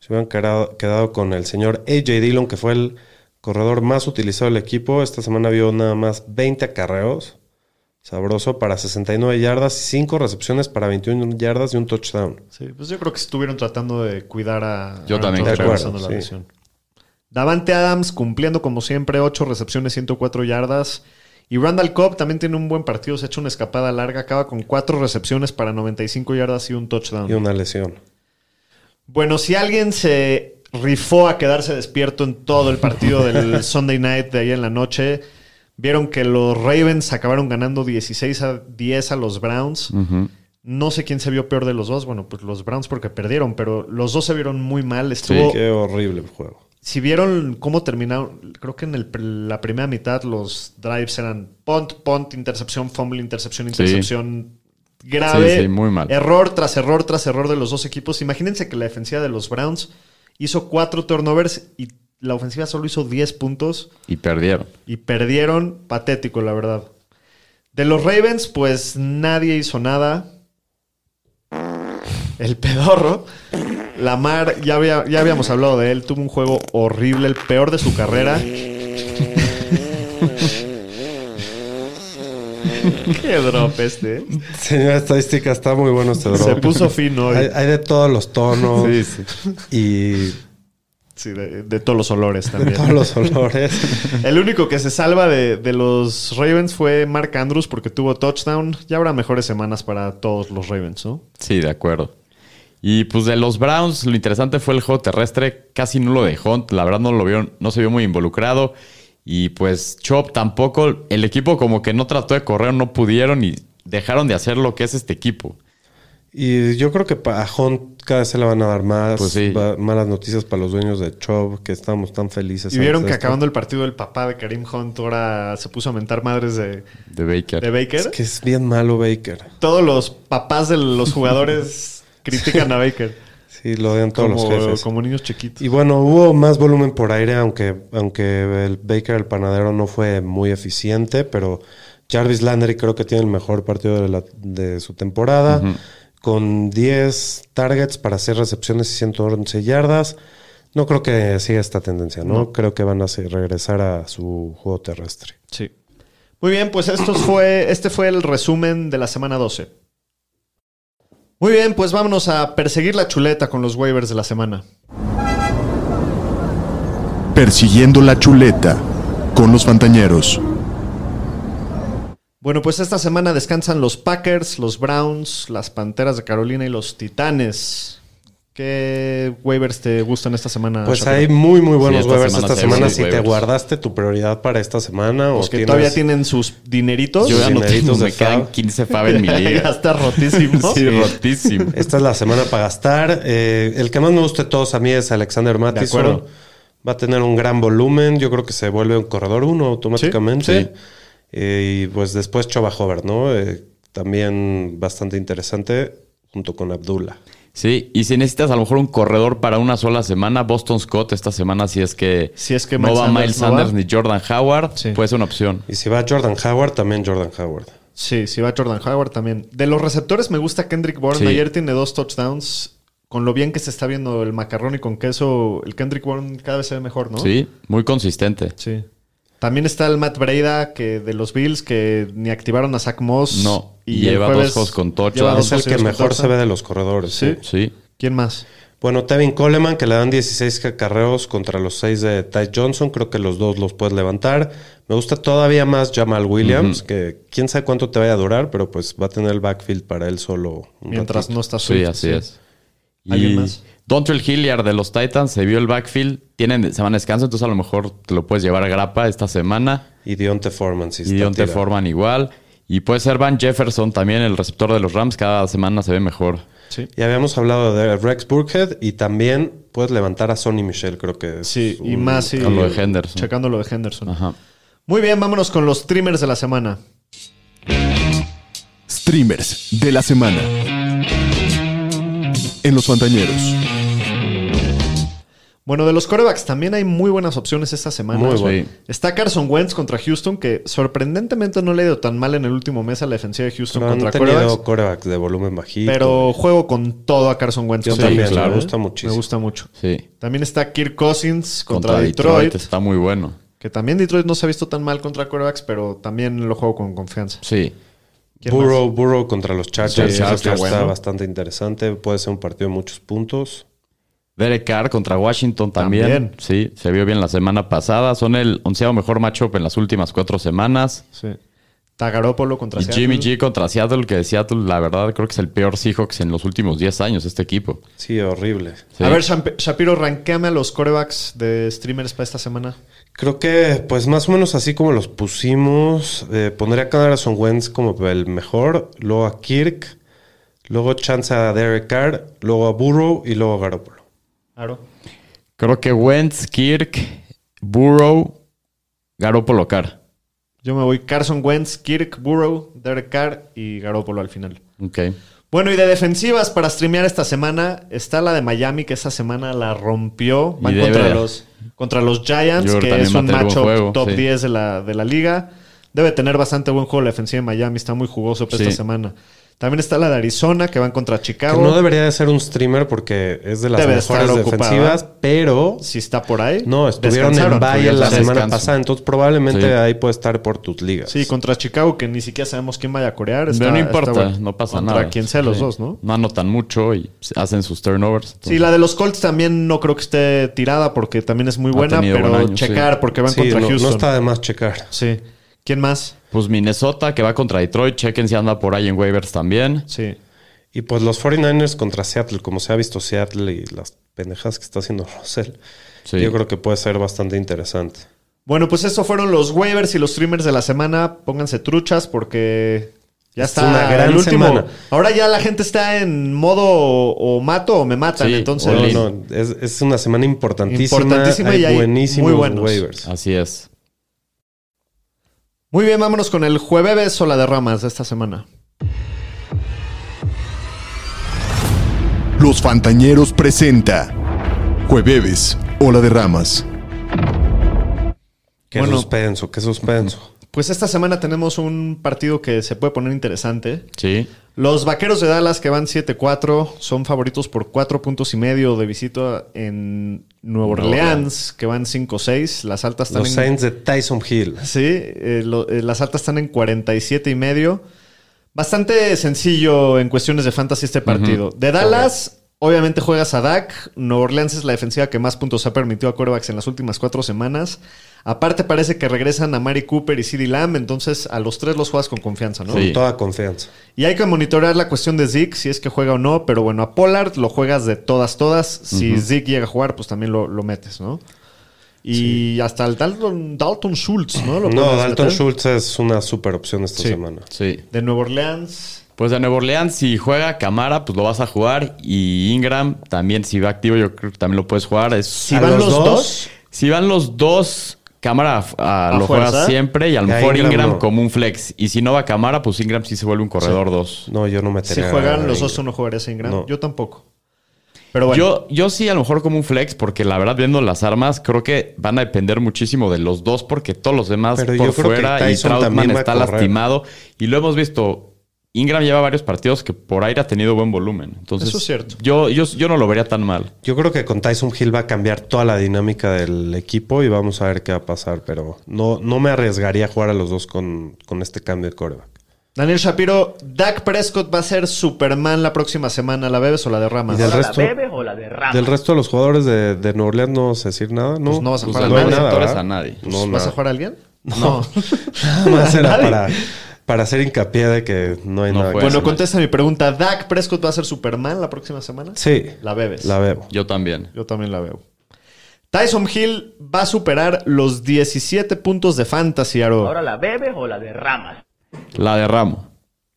Se hubieran quedado, quedado con el señor AJ Dillon, que fue el corredor más utilizado del equipo. Esta semana vio nada más 20 acarreos. Sabroso para 69 yardas y 5 recepciones para 21 yardas y un touchdown.
Sí, pues yo creo que estuvieron tratando de cuidar a.
Yo también
Rodgers
creo.
regresando a la
Sí.
lesión. Davante Adams cumpliendo como siempre, 8 recepciones, 104 yardas. Y Randall Cobb también tiene un buen partido, se ha hecho una escapada larga, acaba con 4 recepciones para 95 yardas y un touchdown.
Y una lesión.
Bueno, si alguien se rifó a quedarse despierto en todo el partido del Sunday night de ahí en la noche, vieron que los Ravens acabaron ganando 16 a 10 a los Browns. No sé quién se vio peor de los dos. Bueno, pues los Browns porque perdieron, pero los dos se vieron muy mal.
Sí,
Estuvo,
qué horrible el juego.
si vieron cómo terminaron, creo que en el pr- la primera mitad los drives eran punt, punt, intercepción, fumble, intercepción,
Sí.
intercepción grave.
Sí, sí, muy mal.
Error tras error tras error de los dos equipos. Imagínense que la defensiva de los Browns hizo cuatro turnovers y la ofensiva solo hizo 10 puntos
Y perdieron.
y perdieron. Patético, la verdad. De los Ravens, pues nadie hizo nada. El pedorro. Lamar, ya, había- ya habíamos hablado de él, tuvo un juego horrible, el peor de su carrera. Qué drop este. ¿eh?
Señora estadística, está muy bueno este drop.
Se puso fino
Hay,
hoy.
hay de todos los tonos
Sí, sí.
y
Sí, de, de todos los olores
de
también.
todos los olores.
El único que se salva de, de los Ravens fue Mark Andrews porque tuvo touchdown. Ya habrá mejores semanas para todos los Ravens, ¿no?
Sí, de acuerdo. Y pues de los Browns, lo interesante fue el juego terrestre, casi nulo de Hunt, la verdad no lo vieron, no se vio muy involucrado. Y pues Chop tampoco, el equipo como que no trató de correr, no pudieron y dejaron de hacer lo que es este equipo.
Y yo creo que pa- a Hunt cada vez se le van a dar más
Pues sí.
va- malas noticias para los dueños de Chubb, que estamos tan felices.
Y vieron que
antes de este esto.
acabando el partido el papá de Karim Hunt ahora se puso a mentar madres de,
De Baker.
de Baker.
Es que es bien malo Baker.
Todos los papás de los jugadores critican a Baker
Sí, lo odian todos los
como,
jefes.
como niños chiquitos.
Y bueno, hubo más volumen por aire, aunque, aunque el Baker, el panadero, no fue muy eficiente, pero Jarvis Landry creo que tiene el mejor partido de, la- de su temporada, con 10 targets para hacer recepciones y 111 yardas. No creo que siga esta tendencia, ¿no? Creo que van a se- regresar a su juego terrestre.
Sí. Muy bien, pues estos fue, este fue el resumen de la semana 12. Muy bien, pues vámonos a perseguir la chuleta con los waivers de la semana.
Persiguiendo la chuleta con los Fantañeros.
Bueno, pues esta semana descansan los Packers, los Browns, las Panteras de Carolina y los Titanes. ¿Qué waivers te gustan esta semana?
Pues
Shapiro?
hay muy, muy buenos
esta
waivers
semana
esta
sí,
semana.
sí,
Si te
waivers.
guardaste tu prioridad para esta semana
Los
o
Pues que
tienes-
todavía tienen sus dineritos.
Yo ya no tengo,
Dineritos de
me quedan
Fab.
15 Fab en mi
ya
liga.
está rotísimo.
Sí, rotísimo.
Esta es la semana para gastar. Eh, el que más me gusta de todos a mí es Alexander
De
Mattison.
acuerdo.
Va a tener un gran volumen. Yo creo que se vuelve un corredor uno automáticamente. Eh, y pues después Choba Hover, ¿no? Eh, también bastante interesante junto con Abdullah.
Sí, y si necesitas a lo mejor un corredor para una sola semana, Boston Scott esta semana si es que,
Si es que
no
Miles
va
Sanders
Miles
no va.
Sanders ni Jordan Howard,
Sí.
puede ser una opción.
Y si va Jordan Howard, también Jordan Howard.
Sí, sí va Jordan Howard también. De los receptores me gusta Kendrick Bourne.
Sí.
Ayer tiene dos touchdowns. Con lo bien que se está viendo el macarrón y con queso, el Kendrick Bourne cada vez se ve mejor, ¿no?
Sí, muy consistente.
Sí. También está el Matt Breda que de los Bills que ni activaron a Zach Moss.
No,
Y
lleva
el
dos juegos con touchdown.
lleva dos
Es el que
juegos con
mejor se
touchdown.
ve de los corredores. ¿eh?
Sí.
Sí.
¿Quién más?
Bueno, Tevin Coleman, que le dan 16 carreos contra los 6 de Ty Johnson. Creo que los dos los puedes levantar. Me gusta todavía más Jamal Williams, que quién sabe cuánto te vaya a durar, pero pues va a tener el backfield para él solo. un
Mientras
ratito.
no está
Sí,
Swift,
así es.
¿Alguien
Y
más?
Dontrell Hilliard de los Titans se vio el backfield. Tienen semana de descanso, entonces a lo mejor te lo puedes llevar a grapa esta semana.
Y Dionte Foreman,
y
si está
Dionte
tirado.
Forman igual. Y puede ser Van Jefferson también, el receptor de los Rams. Cada semana se ve mejor.
Sí.
Ya habíamos hablado de Rex Burkhead y también puedes levantar a Sonny Michel, creo que es
Sí, y
un-
más sí,
con lo de Henderson.
Checando lo de Henderson.
Ajá.
Muy bien, vámonos con los streamers de la semana.
Streamers de la semana. En los Fantañeros.
Bueno, de los corebacks también hay muy buenas opciones esta semana.
Muy
Sí.
bueno.
Está Carson Wentz contra Houston, que sorprendentemente no le ha ido tan mal en el último mes a la defensiva de Houston
Pero han
contra
tenido
corebacks.
corebacks de volumen bajito.
Pero juego con todo a Carson Wentz.
Yo
contra
también,
Houston,
me
¿eh?
gusta muchísimo.
Me gusta mucho.
Sí.
También está Kirk Cousins contra, Detroit,
Está muy bueno.
que también Detroit no se ha visto tan mal contra corebacks, pero también lo juego con confianza.
Sí.
¿Quién más?
Burrow, Burrow contra los Chargers.
Sí, está
ese está
bueno.
bastante interesante. Puede ser un partido de muchos puntos.
Derek Carr contra Washington también.
También.
Sí, se vio bien la semana pasada. Son el onceavo mejor matchup en las últimas cuatro semanas.
Sí. Tagarópolo contra
Y
Seattle.
Jimmy G contra Seattle, que Seattle, la verdad, creo que es el peor Seahawks en los últimos 10 años, este equipo.
Sí, horrible.
Sí.
A ver, Shamp- Shapiro, ranqueame a los corebacks de streamers para esta semana.
Creo que, pues más o menos así como los pusimos, eh, pondría a Carson Wentz como el mejor, luego a Kirk, Luego chance a Derek Carr, luego a Burrow y luego a Garoppolo.
Claro.
Creo que Wentz, Kirk, Burrow, Garoppolo Carr.
Yo me voy Carson Wentz, Kirk, Burrow, Derek Carr y Garoppolo al final.
Ok.
Bueno, y de defensivas para streamear esta semana está la de Miami, que esta semana la rompió. Van
Y
contra
debe.
los, contra los Giants,
Yo creo
que
también
es
va a
un
tener buen
macho
juego,
top
sí.
10 de la, de la liga. Debe tener bastante buen juego la defensiva de Miami, está muy jugoso para esta
Sí.
semana. También está la de Arizona, que van contra
Que
Chicago.
no debería de ser un streamer porque es de las
Debe de estar
mejores
ocupada.
defensivas, pero
si está por ahí.
no, estuvieron en
descansaron.
Valle
Tuvieron
la semana
descanso.
pasada, entonces probablemente
Sí.
ahí puede estar por tus ligas.
Sí, contra Chicago, que ni siquiera sabemos quién vaya a corear. Está-
Pero no
está
importa,
bueno.
no pasa
contra
nada.
Contra quien sea los
Sí.
dos, ¿no?
No anotan mucho y hacen sus turnovers.
Sí, la de los Colts también no creo que esté tirada porque también es muy buena,
tenido
pero
buen año,
checar
sí.
porque van
Sí,
contra
no, no
Houston.
está de más checar.
Sí. ¿Quién más?
Pues Minnesota, que va contra Detroit. Chequen si anda por ahí en waivers también.
Sí.
Y pues los 49ers contra Seattle, como se ha visto Seattle y las pendejadas que está haciendo Russell,
Sí.
yo creo que puede ser bastante interesante.
Bueno, pues eso fueron los waivers y los streamers de la semana. Pónganse truchas porque ya
Es
está
una gran
el último.
semana.
Ahora ya la gente está en modo o, o mato o me matan,
Sí,
entonces.
all
No,
in.
no, es, es una semana importantísima.
Importantísima
hay
y hay
buenísimos
muy buenos.
waivers.
Así es.
Muy bien, vámonos con el jueves o la de ramas de esta semana.
Los Fantañeros presenta Jueves, Ola de Ramas.
Qué
Bueno.
suspenso, qué suspenso.
Pues esta semana tenemos un partido que se puede poner interesante.
Sí.
Los vaqueros de Dallas que van 7-4 son favoritos por 4 puntos y medio de visita en Nueva
Nueva
Orleans, que van 5-6. Las altas están
Los
en.
Saints de Tyson Hill.
Sí, eh, lo- eh, las altas están en 47 y medio. Bastante sencillo en cuestiones de fantasy este partido. De Dallas, obviamente juegas a Dak. Nueva Orleans es la defensiva que más puntos ha permitido a quarterbacks en las últimas cuatro semanas. Aparte, parece que regresan a Mari Cooper y CeeDee Lamb. Entonces, a los tres los juegas con confianza, ¿no?
Con
Sí.
toda confianza.
Y hay que monitorear la cuestión de Zeke, si es que juega o no, pero bueno, a Pollard lo juegas de todas, todas. Si Zeke llega a jugar, pues también lo, lo metes, ¿no? Y hasta el Dalton, Dalton Schultz, ¿no? Lo
No,
puedes
Dalton
meter.
Schultz es una super opción esta
Sí.
semana.
Sí.
De Nueva Orleans.
Pues de Nueva Orleans, si juega Camara, pues lo vas a jugar. Y Ingram también, si va activo, yo creo que también lo puedes jugar. Es,
Si
¿A
van los
los
dos,
dos?
Si van los dos, Cámara ah,
¿A
lo juega
fuerza?
siempre y a lo
Y a
mejor
Ingram
Ingram,
no.
como un flex. Y si no va Cámara, pues Ingram sí se vuelve un corredor 2.
No, yo no me
si juegan los dos, tú no jugarías en gran.
No.
Yo tampoco. Pero bueno,
Yo, yo sí, a lo mejor como un flex, porque la verdad, viendo las armas, creo que van a depender muchísimo de los dos, porque todos los demás
Pero yo
por
creo que
fuera y
Tyson
Troutman
también va a
está
correr.
lastimado. Y lo hemos visto. Ingram lleva varios partidos que por aire ha tenido buen volumen. Entonces,
Eso es cierto.
Yo, yo, yo no lo vería tan mal.
Yo creo que con Tyson Hill va a cambiar toda la dinámica del equipo y vamos a ver qué va a pasar, pero no, no me arriesgaría a jugar a los dos con, con este cambio de coreback.
Daniel Shapiro, Dak Prescott va a ser Superman la próxima semana. ¿La bebes o la
Y
derramas?
del resto,
o la derrama?
del resto de los jugadores de, de Nueva Orleans no vas a decir nada, ¿no?
Pues no vas a
Pues
jugar
a
a
los
no
nadie.
hay nada,
receptores
¿verdad?
a nadie.
No,
¿Vas
nada. Pues
a jugar a alguien? No.
Nada más era
nadie.
para, para hacer hincapié de que no hay
No
nada. que
juega.
hacer.
bueno, contesta mi pregunta. ¿Dak Prescott va a ser Superman la próxima semana?
Sí,
La bebes.
la veo.
Yo también.
Yo también la veo. Tyson Hill va a superar los 17 puntos de fantasy, Aro.
la bebes o la derramas?
La derramo.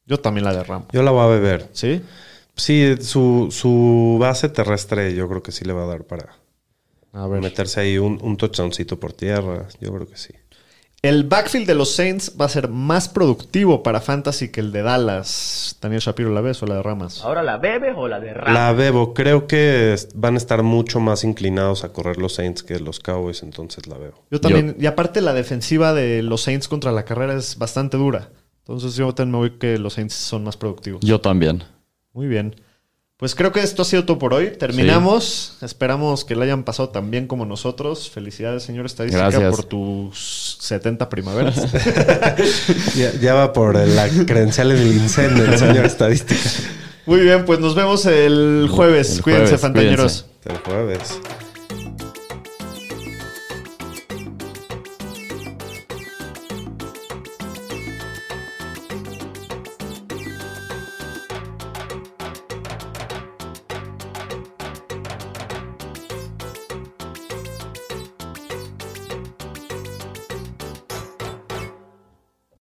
Yo también la derramo.
Yo la voy a beber.
¿Sí?
Sí, su, su base terrestre yo creo que sí le va a dar para
A
meterse ahí un, un touchdowncito por tierra. Yo creo que sí.
El backfield de los Saints va a ser más productivo para fantasy que el de Dallas. Daniel Shapiro, ¿la ves o la derramas?
¿Ahora la bebes o la derramas?
La bebo. Creo que es- van a estar mucho más inclinados a correr los Saints que los Cowboys, entonces la bebo.
Yo también. Y aparte, la defensiva de los Saints contra la carrera es bastante dura. Entonces, yo también me voy que los Saints son más productivos.
Yo también.
Muy bien. Pues creo que esto ha sido todo por hoy. Terminamos. Esperamos que la hayan pasado tan bien como nosotros. Felicidades, señor Estadística,
Gracias.
por tus 70 primaveras.
Ya, ya va por la credencial en el incendio, el señor estadística.
Muy bien, pues nos vemos el jueves.
El
cuídense,
jueves,
fantañeros.
cuídense.
El jueves.